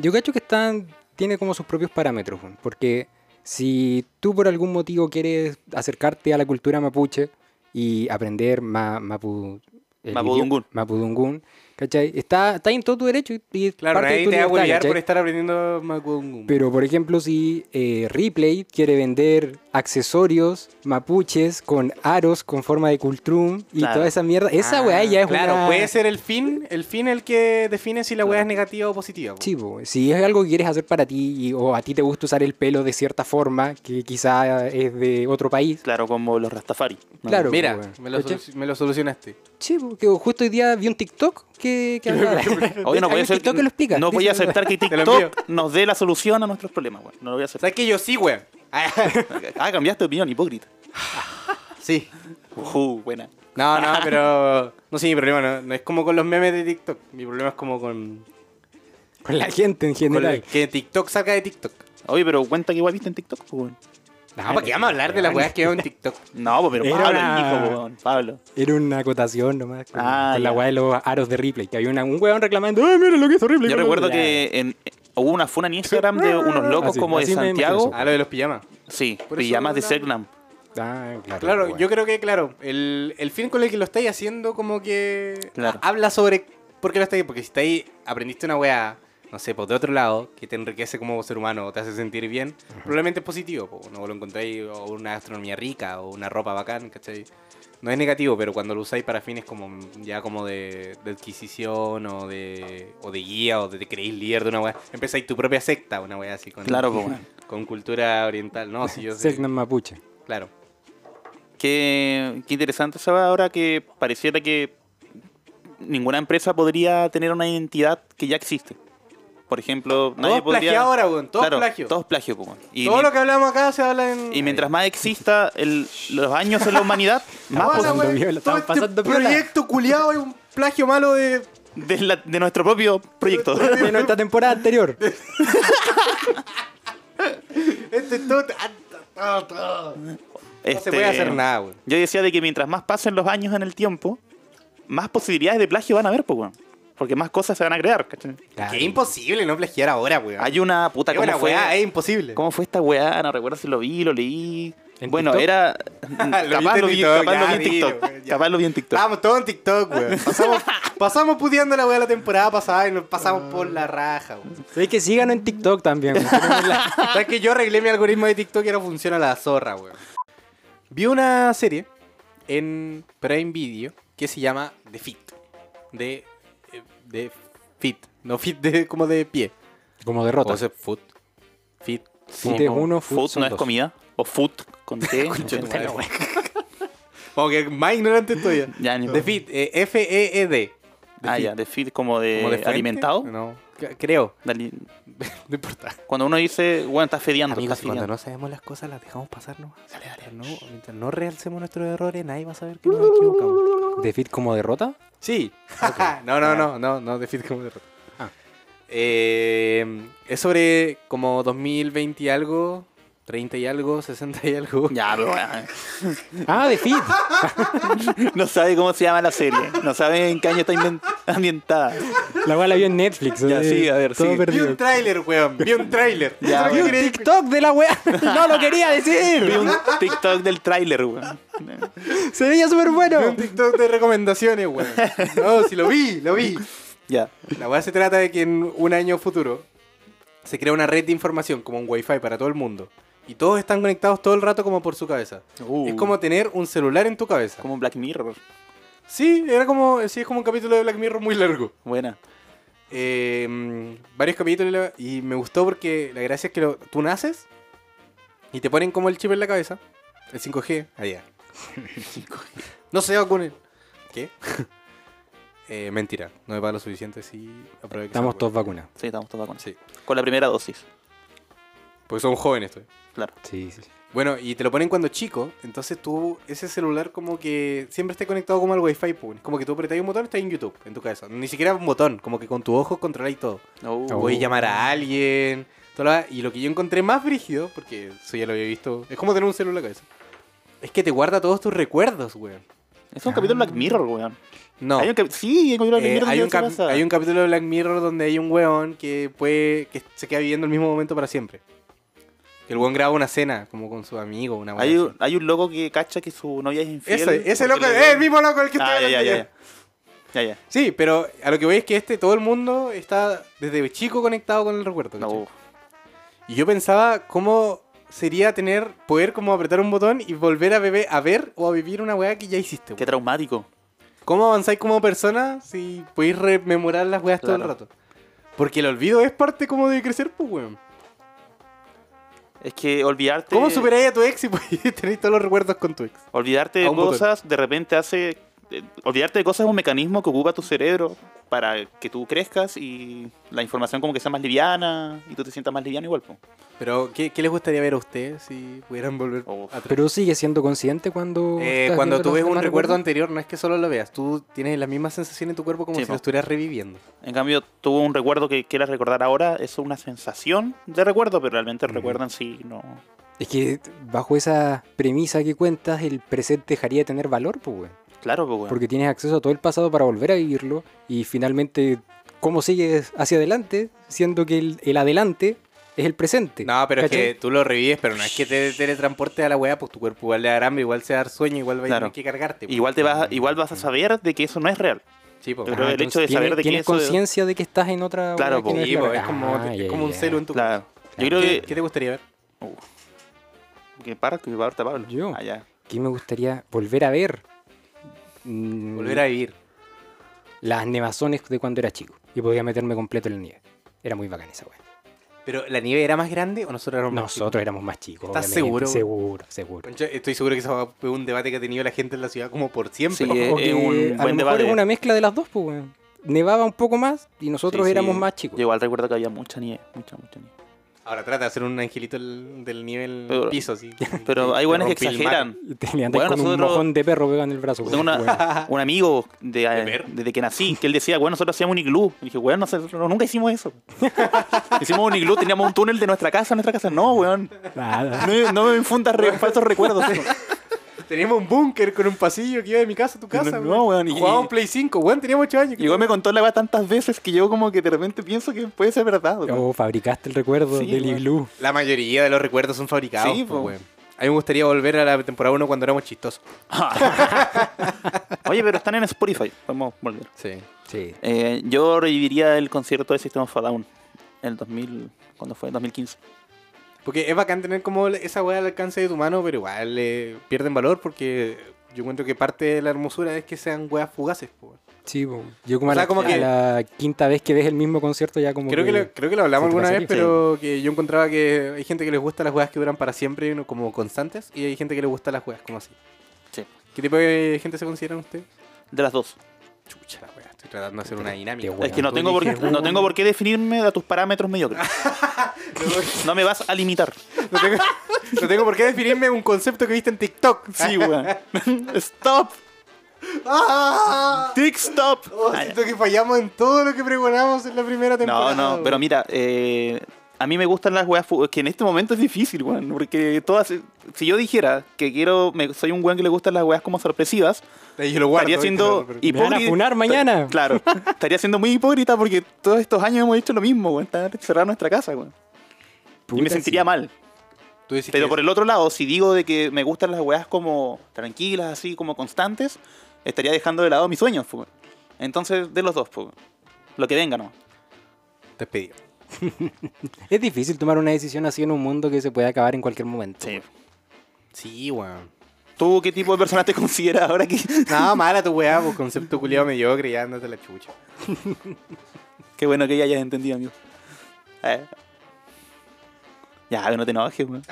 Speaker 1: Yo cacho que están, tiene como sus propios parámetros, weón, porque si tú por algún motivo quieres acercarte a la cultura mapuche y aprender ma, mapu, el
Speaker 2: Mapudungún.
Speaker 1: idioma- mapudungún, ¿cachai? Está, está en todo tu derecho y- y es
Speaker 3: Claro,
Speaker 1: parte de
Speaker 3: nadie
Speaker 1: tu
Speaker 3: te va a
Speaker 1: libertad,
Speaker 3: huevear
Speaker 1: ¿cachai?
Speaker 3: por estar aprendiendo Macungun.
Speaker 1: Pero por ejemplo, si eh, Ripley quiere vender accesorios mapuches con aros con forma de cultrum y
Speaker 2: Claro.
Speaker 1: toda esa mierda, esa
Speaker 3: Ah,
Speaker 1: weá ya es
Speaker 3: Claro,
Speaker 1: una-
Speaker 3: puede ser el fin, el fin el que define si la weá es negativa o positiva. po.
Speaker 1: Sí, po, si es algo que quieres hacer para ti y- o a ti te gusta usar el pelo de cierta forma que quizá es de otro país.
Speaker 2: Claro, como los Rastafari. ¿no?
Speaker 1: Claro,
Speaker 3: Mira,
Speaker 1: po, weón.
Speaker 3: me, lo
Speaker 1: ¿Cachai?
Speaker 3: solu- me lo solucionaste.
Speaker 1: Sí, porque justo hoy día vi un TikTok que, que hablaba.
Speaker 2: Oye, no
Speaker 1: Hay
Speaker 2: voy a
Speaker 1: un
Speaker 2: hacer-
Speaker 1: TikTok que lo explica.
Speaker 2: No voy a
Speaker 1: Dice-
Speaker 2: aceptar que
Speaker 3: Te lo envío.
Speaker 2: TikTok nos dé la solución a nuestros problemas, güey. No lo voy a aceptar.
Speaker 3: ¿Sabes que yo sí, weón?
Speaker 2: Ah, cambiaste de opinión, hipócrita.
Speaker 3: sí.
Speaker 2: Ujú, buena.
Speaker 3: No, no, pero. No sé, mi problema no, no es como con los memes de TikTok. Mi problema es como con.
Speaker 1: Con la gente en
Speaker 3: con
Speaker 1: general.
Speaker 3: el- que TikTok salga de TikTok. Ah,
Speaker 2: Oye, pero cuenta que igual viste en TikTok, pues, güey.
Speaker 1: Ah,
Speaker 3: No, ¿para qué vamos a hablar de las weas que veo en TikTok?
Speaker 2: No, pues, pero
Speaker 1: Era
Speaker 2: Pablo,
Speaker 1: una-
Speaker 2: el hijo, güey. Pablo.
Speaker 1: Era una acotación nomás. Con,
Speaker 2: Ah,
Speaker 1: con la
Speaker 2: ya.
Speaker 1: weá de los aros de Ripley. Que había una- un weón reclamando. ¡Ay, mira lo que hizo Ripley!
Speaker 2: Yo
Speaker 1: con la
Speaker 2: recuerdo
Speaker 1: weá".
Speaker 2: que en- hubo una funa en Instagram de unos locos
Speaker 1: Así,
Speaker 2: como
Speaker 1: Ah,
Speaker 2: de
Speaker 1: así me imagino
Speaker 2: Santiago.
Speaker 3: Ah, lo de los pijamas.
Speaker 2: Sí,
Speaker 3: Por eso
Speaker 2: pijamas de
Speaker 3: la-
Speaker 2: Segnam.
Speaker 1: Ah, claro.
Speaker 3: Claro,
Speaker 1: weón.
Speaker 3: yo creo que, claro, el, el fin con el que lo estáis haciendo, como que
Speaker 2: Claro.
Speaker 3: ha- habla sobre por qué lo estáis. Porque si estáis, aprendiste una wea, no sé, por de otro lado, que te enriquece como ser humano o te hace sentir bien, probablemente es positivo. po, no lo encontráis o una gastronomía rica o una ropa bacán, ¿cachai? No es negativo, pero cuando lo usáis para fines como ya como de, de adquisición o de, o de guía o de te creéis líder de una wea, empezáis tu propia secta, una wea así con,
Speaker 2: Claro, pues, güey.
Speaker 3: con cultura oriental. No, si yo sé-
Speaker 1: Selknam Mapuche.
Speaker 3: Claro.
Speaker 2: Qué, qué interesante se va ahora que pareciera que ninguna empresa podría tener una identidad que ya existe. Por ejemplo,
Speaker 3: Todo
Speaker 2: nadie
Speaker 3: es plagio
Speaker 2: podría.
Speaker 3: ahora, weón. Todo es
Speaker 2: Claro,
Speaker 3: plagio.
Speaker 2: Todo es plagio, pues, güey. Y,
Speaker 3: Todo
Speaker 2: mi-
Speaker 3: lo que hablamos acá se habla en.
Speaker 2: y mientras más exista el- los años en la humanidad, más
Speaker 3: Ahora,
Speaker 1: pasando
Speaker 3: weón,
Speaker 1: viola,
Speaker 3: todo
Speaker 1: estamos
Speaker 3: este
Speaker 1: pasando viola.
Speaker 3: proyecto culiado es un plagio malo de.
Speaker 2: pos- de, la- de nuestro propio proyecto.
Speaker 1: De nuestra temporada anterior.
Speaker 3: Este es todo. ah, ah, ah. No se
Speaker 2: Este,
Speaker 3: puede hacer nada, weón.
Speaker 2: Yo decía de que mientras más pasen los años en el tiempo, más posibilidades de plagio van a haber, pues, weón. Porque más cosas se van a crear, ¿cachai?
Speaker 1: Claro.
Speaker 3: Que es imposible no plagiar ahora, weón.
Speaker 2: Hay una puta
Speaker 3: Es
Speaker 2: ¿cómo
Speaker 3: una
Speaker 2: fue,
Speaker 3: weá, es imposible.
Speaker 2: ¿Cómo fue esta weá? No recuerdo si lo vi, lo leí.
Speaker 1: ¿En
Speaker 2: Bueno,
Speaker 1: TikTok?
Speaker 2: era.
Speaker 3: Lo
Speaker 2: capaz,
Speaker 3: viste
Speaker 2: lo
Speaker 3: en
Speaker 2: vi,
Speaker 3: TikTok,
Speaker 2: capaz lo
Speaker 3: ya,
Speaker 2: vi en
Speaker 3: dilo,
Speaker 2: TikTok.
Speaker 3: weón, ya. Ah,
Speaker 2: Capaz lo vi en TikTok.
Speaker 3: Estábamos todos en TikTok, weón. Pasamos, pasamos puteando la weá la temporada pasada y nos pasamos por la raja, weón.
Speaker 1: Sabéis que síganos en TikTok también. weón.
Speaker 3: ¿Sabes que yo arreglé mi algoritmo de TikTok y no funciona la zorra, weón? Vi una serie en Prime Video que se llama The Fit. De. eh, De Fit. No fit de, como de pie.
Speaker 1: Como derrota.
Speaker 3: O sea, foot. Fit.
Speaker 1: Fit es uno, food
Speaker 2: Food
Speaker 1: son
Speaker 2: no es
Speaker 1: dos.
Speaker 2: comida. O food con T. no sé,
Speaker 3: madre.
Speaker 2: weón.
Speaker 3: Como que más ignorante estoy.
Speaker 2: Ya, ni-
Speaker 3: The Fit. eh, F-E-E-D. The
Speaker 2: Ah,
Speaker 3: Fit.
Speaker 2: ya, de feed como de,
Speaker 3: ¿Como de fuente?
Speaker 2: alimentado.
Speaker 3: No, c- creo.
Speaker 2: De ali-
Speaker 3: No importa.
Speaker 2: Cuando uno dice, bueno, estás fedeando,
Speaker 3: Amigos,
Speaker 2: estás
Speaker 3: y cuando
Speaker 2: fedeando.
Speaker 3: no sabemos las cosas, las dejamos pasar nomás. Dale, dale. No, mientras no realcemos nuestros errores, nadie va a saber que nos equivocamos.
Speaker 1: ¿De fit como derrota?
Speaker 3: Sí. Ah, no, no, no, no, no, de Fit como de Rock.
Speaker 1: Ah.
Speaker 3: Eh, es sobre como 2020 y algo, 30 y algo, 60 y algo.
Speaker 2: Ya, pero weón.
Speaker 1: Ah, de fit.
Speaker 2: No sabe cómo se llama la serie. No sabe en qué año está inven- ambientada.
Speaker 1: La weá la vio en Netflix.
Speaker 2: Ya,
Speaker 1: eh,
Speaker 2: sí, a ver,
Speaker 1: todo
Speaker 2: sí.
Speaker 3: Vi
Speaker 1: perdido.
Speaker 3: un tráiler, weón. Vi un tráiler.
Speaker 2: Ya,
Speaker 3: Eso es lo
Speaker 2: weón.
Speaker 3: que quería decir.
Speaker 1: TikTok de la weá. No lo quería
Speaker 2: Vi
Speaker 1: decir.
Speaker 2: un TikTok del tráiler, weón.
Speaker 1: Se veía súper
Speaker 3: Vi un
Speaker 1: bueno.
Speaker 3: TikTok de recomendaciones, weón. No, si lo vi, lo vi.
Speaker 2: Ya.
Speaker 3: La weá se trata de que en un año futuro se crea una red de información, como un wifi para todo el mundo. Y todos están conectados todo el rato como por su cabeza.
Speaker 2: Uh.
Speaker 3: Es como tener un celular en tu cabeza.
Speaker 2: Como Black Mirror.
Speaker 3: Sí, era como, sí, es como un capítulo de Black Mirror muy largo.
Speaker 2: Buena.
Speaker 3: Eh, mm, varios capítulos y me gustó porque la gracia es que lo- tú naces y te ponen como el chip en la cabeza. El ah, 5G, allá. no se va con él. ¿Qué? Eh, mentira, no me paga lo suficiente si aprobé que
Speaker 1: Estamos
Speaker 3: sea,
Speaker 1: todos vacunados.
Speaker 2: Sí, estamos todos con
Speaker 3: Sí,
Speaker 2: Con la primera dosis,
Speaker 3: porque son jóvenes. tú.
Speaker 2: claro.
Speaker 1: Sí, sí.
Speaker 3: Bueno, y te lo ponen cuando chico, entonces tú, ese celular como que siempre está conectado como al wifi, pues. como que tú apretáis un botón, está en YouTube, en tu cabeza. Ni siquiera un botón, como que con tu ojo controláis todo.
Speaker 2: No,
Speaker 1: Oh.
Speaker 3: Podéis llamar a alguien, toda la- y lo que yo encontré más brígido, porque eso ya lo había visto, es como tener un celular en la cabeza. Es que te guarda todos tus recuerdos, weón.
Speaker 2: Es un capítulo de Black Mirror, weón.
Speaker 3: No.
Speaker 2: Hay un cap- sí, hay un capítulo de Black
Speaker 3: Eh,
Speaker 2: Mirror.
Speaker 3: hay,
Speaker 2: donde
Speaker 3: un
Speaker 2: eso
Speaker 3: cap-
Speaker 2: pasa.
Speaker 3: hay un capítulo de Black Mirror donde hay un weón que puede que se queda viviendo el mismo momento para siempre. Que el weón graba una cena como con su amigo, una weá
Speaker 2: Hay un,
Speaker 3: así.
Speaker 2: hay un loco que cacha que su novia es infiel.
Speaker 3: Ese, ese
Speaker 2: porque
Speaker 3: loco,
Speaker 2: le-
Speaker 3: eh, el mismo loco el que
Speaker 2: Ah,
Speaker 3: estoy
Speaker 2: ya, ya,
Speaker 3: hablando
Speaker 2: ya.
Speaker 3: yo.
Speaker 2: ya. Ya, ya.
Speaker 3: Sí, pero a lo que voy es que este, todo el mundo está desde chico conectado con el recuerdo.
Speaker 2: No, uh,
Speaker 3: ¿cachai?
Speaker 2: uf.
Speaker 3: Y yo pensaba cómo sería tener, poder como apretar un botón y volver a, bebé, a ver o a vivir una weá que ya hiciste.
Speaker 2: qué
Speaker 3: weón.
Speaker 2: traumático.
Speaker 3: ¿Cómo avanzáis como persona si podéis rememorar las weas todo el
Speaker 2: Claro.
Speaker 3: rato? Porque el olvido es parte como de crecer, pues weón.
Speaker 2: Es que olvidarte.
Speaker 3: ¿Cómo superáis a tu ex si podéis tener todos los recuerdos con tu ex?
Speaker 2: Olvidarte
Speaker 3: A
Speaker 2: de
Speaker 3: un botón.
Speaker 2: cosas de repente hace. eh, Olvidarte de cosas es un mecanismo que ocupa tu cerebro para que tú crezcas y la información como que sea más liviana y tú te sientas más liviano igual. po.
Speaker 3: Pero, ¿qué, qué les gustaría ver a ustedes si pudieran volver
Speaker 2: Oh.
Speaker 3: atrás?
Speaker 1: Pero sigue siendo consciente cuando.
Speaker 3: Eh,
Speaker 1: estás
Speaker 3: cuando
Speaker 1: viendo
Speaker 3: tú
Speaker 1: los
Speaker 3: ves un
Speaker 1: demás
Speaker 3: recuerdo
Speaker 1: recuerdos.
Speaker 3: anterior, no es que solo lo veas, tú tienes la misma sensación en tu cuerpo como
Speaker 2: Sí,
Speaker 3: si
Speaker 2: po.
Speaker 3: lo estuvieras reviviendo.
Speaker 2: En cambio, tuvo un recuerdo que quieras recordar ahora, es una sensación de recuerdo, pero realmente el
Speaker 3: Ujú.
Speaker 2: recuerdo en sí no.
Speaker 1: Es que bajo esa premisa que cuentas, el presente dejaría de tener valor, pues, weón.
Speaker 2: Claro, pues, weón.
Speaker 1: Porque tienes acceso a todo el pasado para volver a vivirlo y finalmente, ¿cómo sigues hacia adelante? Siendo que el, el adelante es el presente.
Speaker 3: No, pero
Speaker 1: ¿cachai?
Speaker 3: es que tú lo revives, pero no es que te teletransporte a la weá, pues tu cuerpo igual le da hambre, igual se va a dar sueño, igual va
Speaker 2: Claro.
Speaker 3: a tener que cargarte. po.
Speaker 2: Igual, te vas, a- igual vas a saber de que eso no es real.
Speaker 3: Sí, po.
Speaker 2: Yo creo- pero el
Speaker 1: entonces
Speaker 2: hecho de saber
Speaker 1: tienes-
Speaker 2: de que
Speaker 1: Tienes
Speaker 2: eso-
Speaker 1: conciencia de que estás en otra.
Speaker 2: Claro, pues,
Speaker 1: hueá que no
Speaker 2: po.
Speaker 3: Sí, po,
Speaker 1: la
Speaker 3: es como,
Speaker 1: real.
Speaker 3: es
Speaker 1: Ah,
Speaker 3: como
Speaker 1: ya,
Speaker 3: un
Speaker 1: ya.
Speaker 3: celu en tu
Speaker 2: Claro. Yo creo
Speaker 1: Claro.
Speaker 3: ¿Qué,
Speaker 2: que.
Speaker 3: qué te gustaría ver?
Speaker 2: que para, que parta Pablo.
Speaker 1: Yo.
Speaker 2: Ah, ya.
Speaker 1: ¿Qué me gustaría volver a ver? Mm,
Speaker 3: Volver a vivir.
Speaker 1: Las nevazones de cuando era chico y podía meterme completo en la nieve. Era muy bacán esa weá.
Speaker 3: ¿Pero la nieve era más grande o nosotros éramos más
Speaker 1: Nosotros éramos más chicos.
Speaker 3: ¿Estás
Speaker 1: obviamente,
Speaker 3: seguro?
Speaker 1: Seguro, seguro.
Speaker 3: chicos? Concha, Estoy seguro que eso es un debate que ha tenido la gente en la ciudad como por
Speaker 2: Sí,
Speaker 3: siempre.
Speaker 2: eh,
Speaker 1: O que
Speaker 2: es un
Speaker 1: a lo mejor
Speaker 2: buen debate.
Speaker 1: es una mezcla de las dos, pues, weón. Nevaba un poco más y nosotros
Speaker 2: Sí,
Speaker 1: éramos
Speaker 2: sí.
Speaker 1: más chicos.
Speaker 2: Yo igual recuerdo que había mucha nieve, mucha, mucha nieve.
Speaker 3: Ahora trata de hacer un angelito del, del nivel
Speaker 2: Pero-
Speaker 3: piso, así.
Speaker 2: Pero hay buenas que exageran.
Speaker 1: Y te levantas
Speaker 2: Bueno,
Speaker 1: con un
Speaker 2: nosotros-
Speaker 1: mojón de perro pegado en el brazo.
Speaker 2: Tengo
Speaker 1: weón. Bueno,
Speaker 2: una- un amigo de, eh,
Speaker 3: ¿De ver?
Speaker 2: desde que nací que él decía, bueno, nosotros hacíamos un iglú. Y dije, weón, nosotros nunca hicimos eso. hicimos un iglú, teníamos un túnel de nuestra casa a nuestra casa. No, weón.
Speaker 1: nada.
Speaker 2: No, no me infundas re- falsos recuerdos.
Speaker 3: Teníamos un búnker con un pasillo que iba de mi casa a tu
Speaker 2: No,
Speaker 3: casa, weón.
Speaker 2: no, weón, y-
Speaker 3: Jugábamos Play 5, weón, teníamos 8 años.
Speaker 2: y weón me contó la weá tantas veces que yo como que de repente pienso que puede ser verdad. weón.
Speaker 1: O Oh, fabricaste el recuerdo
Speaker 2: Sí,
Speaker 1: del
Speaker 2: weón.
Speaker 1: iglú.
Speaker 3: La mayoría de los recuerdos son fabricados.
Speaker 2: Sí,
Speaker 3: pues,
Speaker 2: po.
Speaker 3: weón. A mí me gustaría volver a la temporada 1 cuando éramos chistosos.
Speaker 2: Oye, pero están en Spotify. Vamos a volver.
Speaker 3: Sí.
Speaker 1: Sí.
Speaker 2: Eh, yo reviviría el concierto de System of a Down en el 2000, cuando fue? 2015.
Speaker 3: Porque es bacán tener como esa weá al alcance de tu mano, pero igual eh, pierden valor porque yo encuentro que parte de la hermosura es que sean weas fugaces, po, weón.
Speaker 1: Sí, po. yo como,
Speaker 3: O
Speaker 1: a,
Speaker 3: sea,
Speaker 1: la,
Speaker 3: como
Speaker 1: a
Speaker 3: que-
Speaker 1: la quinta vez que ves el mismo concierto ya como
Speaker 3: Creo que, lo, creo que lo hablamos
Speaker 1: se te
Speaker 3: alguna
Speaker 1: pasa
Speaker 3: vez,
Speaker 1: el
Speaker 3: pero que yo encontraba que hay gente que les gusta las weas que duran para siempre, ¿no? como constantes, y hay gente que les gusta las weas como así.
Speaker 2: Sí.
Speaker 3: ¿Qué tipo de gente se consideran ustedes?
Speaker 2: De las dos.
Speaker 3: Chucha, la wea, estoy tratando de hacer
Speaker 1: Te-
Speaker 3: una
Speaker 1: te
Speaker 3: dinámica.
Speaker 1: huevo. Bueno,
Speaker 2: es que no
Speaker 1: tú
Speaker 2: tengo, por,
Speaker 1: eliges
Speaker 2: no
Speaker 1: uno.
Speaker 2: tengo por qué definirme a tus parámetros mediocres. no me vas a limitar.
Speaker 3: No tengo, no tengo por qué definirme un concepto que viste en TikTok.
Speaker 2: Sí, weón. Stop.
Speaker 3: ¡Ah!
Speaker 2: Tick stop.
Speaker 3: Oh,
Speaker 2: Ah,
Speaker 3: siento que fallamos en todo lo que pregonamos en la primera
Speaker 2: ya. no,
Speaker 3: temporada.
Speaker 2: no, pero mira, eh, a mí me gustan las weas. fu- Es que en este momento es difícil, weón. Porque todas. Si yo dijera que quiero. me- soy un weón que le gustan las weas como sorpresivas,
Speaker 3: Ahí yo lo guardo,
Speaker 2: estaría
Speaker 3: ¿viste?
Speaker 2: siendo
Speaker 3: Pero-
Speaker 1: Me van a
Speaker 2: hipócrita.
Speaker 1: funar mañana.
Speaker 2: Claro, estaría siendo muy hipócrita porque todos estos años hemos hecho lo mismo, weón. Estar encerrado en nuestra casa, weón. y me
Speaker 1: Puta,
Speaker 2: sentiría
Speaker 1: sí.
Speaker 2: mal.
Speaker 3: Tú decís
Speaker 2: Pero
Speaker 3: que-
Speaker 2: por el otro lado, si digo de que me gustan las weas como tranquilas, así, como constantes, estaría dejando de lado mis sueños, pues. Entonces, de los dos, pues. Lo que venga, ¿no?
Speaker 3: Te pedí.
Speaker 1: Es difícil tomar una decisión así en un mundo que se puede acabar en cualquier momento.
Speaker 3: Sí, weón.
Speaker 2: ¿Tú qué tipo de persona te consideras ahora que,
Speaker 3: Nada mala tu weá, pues, concepto culiado mediocre, ya andate a la chucha.
Speaker 2: Qué bueno que ya hayas entendido, amigo. Eh. Ya, que no te enojes, weón.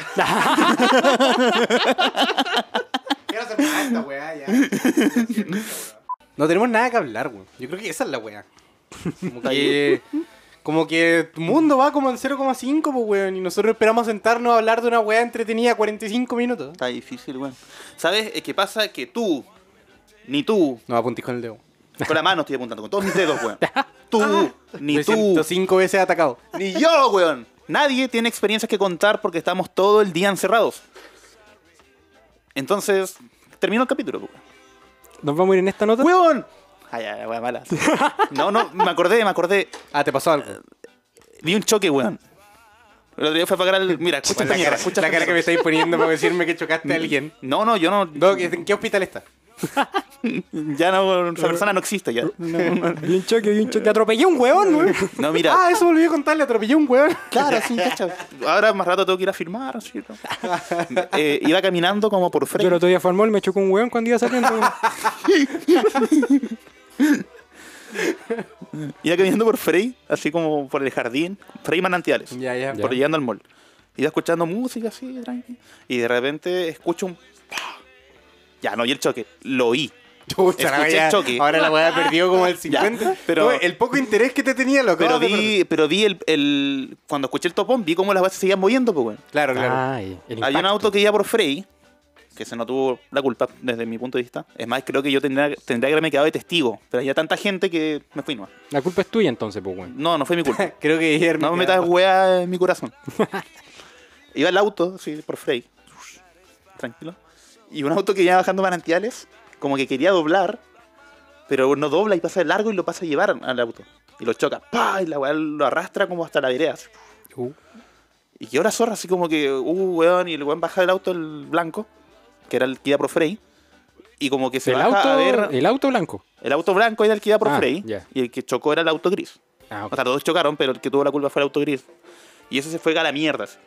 Speaker 3: Quiero hacer esta weá ya. No tenemos nada que hablar, weón. Yo creo que esa es la weá. Como que, como que tu mundo va como en 0,5, pues, weón. Y nosotros esperamos sentarnos a hablar de una weá entretenida 45 minutos.
Speaker 2: Está difícil, weón. ¿Sabes? Es que pasa que tú, ni tú,
Speaker 3: No apuntís con el dedo.
Speaker 2: con la mano estoy
Speaker 3: Ah.
Speaker 2: apuntando, con todos mis dedos, weón. Tú, ni
Speaker 3: Me
Speaker 2: tú,
Speaker 3: siento cinco veces atacado.
Speaker 2: ni yo, weón. nadie tiene experiencias que contar porque estamos todo el día encerrados. Entonces, termino el capítulo. pues.
Speaker 1: Nos vamos a ir en esta nota.
Speaker 2: ¡Huevón! Ay, ay, wea mala. No, no, me acordé, me acordé.
Speaker 3: Ah, te pasó
Speaker 2: Eh,
Speaker 3: algo.
Speaker 2: Vi un choque, weón. El otro día fue a pagar el. Mira, escucha
Speaker 3: la
Speaker 2: esta mierda,
Speaker 3: cara,
Speaker 2: escucha Mm.
Speaker 3: la
Speaker 2: esta
Speaker 3: cara que me
Speaker 2: mierda.
Speaker 3: estáis poniendo para decirme que chocaste a alguien.
Speaker 2: No, no, yo no.
Speaker 3: Doc, ¿en qué hospital está?
Speaker 2: Ya no. Esa persona no existe ya.
Speaker 1: Vi un choque, vi un choque. Atropellé a un weón, weón.
Speaker 2: No, mira.
Speaker 3: Ah, eso volví a contarle, atropellé un weón.
Speaker 2: Claro, sí, cacha. Ahora más rato tengo que ir a firmar. sí, ¿no? Eh, iba caminando como por
Speaker 1: Yo el
Speaker 2: frente.
Speaker 1: otro día fui al mall, me chocó un weón cuando iba saliendo. weón.
Speaker 2: Iba caminando por Frey, así como por el jardín. Frey Manantiales.
Speaker 3: Ya, ya.
Speaker 2: Por llegando al mall. Iba escuchando música así, tranqui. Y de repente escucho un. ¡pah! Ya, no oí el choque. Lo oí.
Speaker 3: Chucha, la
Speaker 2: Escuché
Speaker 3: wea.
Speaker 2: el choque.
Speaker 3: Ahora la weá perdió como el 50.
Speaker 2: pero-
Speaker 3: Oye, el poco interés que te tenía, lo
Speaker 2: Pero
Speaker 3: acabas de perder.
Speaker 2: vi, pero vi el, el- Cuando escuché el topón, vi cómo las bases seguían moviendo, pues, weón.
Speaker 3: Claro, claro.
Speaker 1: Ay, el
Speaker 2: Había un
Speaker 1: impacto.
Speaker 2: auto que iba por Frey, que se no tuvo la culpa desde mi punto de vista. Es más, creo que yo tendría, tendría que haberme quedado de testigo. Pero había tanta gente que me fui nomás.
Speaker 1: La culpa es tuya entonces, pues, weón.
Speaker 2: No, no fue mi culpa.
Speaker 3: Creo que Guillermo.
Speaker 2: No me metas weá en mi corazón. Iba el auto, sí, por Frey. Tranquilo. Y un auto que iba bajando manantiales, como que quería doblar, pero no dobla y pasa de largo y lo pasa a llevar al auto. Y lo choca. ¡Pah! Y la weá lo arrastra como hasta la vereda. así.
Speaker 1: Uh,
Speaker 2: Y que ahora zorra, así como que, uh, weón, y el weón baja del auto el blanco, que era el Kia Pro Frey, y como que se
Speaker 1: el,
Speaker 2: baja
Speaker 1: auto,
Speaker 2: a ver. El,
Speaker 1: el auto blanco.
Speaker 2: auto blanco era el Kia Pro
Speaker 1: Ah,
Speaker 2: Frey,
Speaker 1: ya.
Speaker 2: y el que chocó era el auto gris.
Speaker 1: Ah, ok.
Speaker 2: O sea, los dos chocaron, pero el que tuvo la culpa fue el auto gris. Y ese se fue a la mierda. así.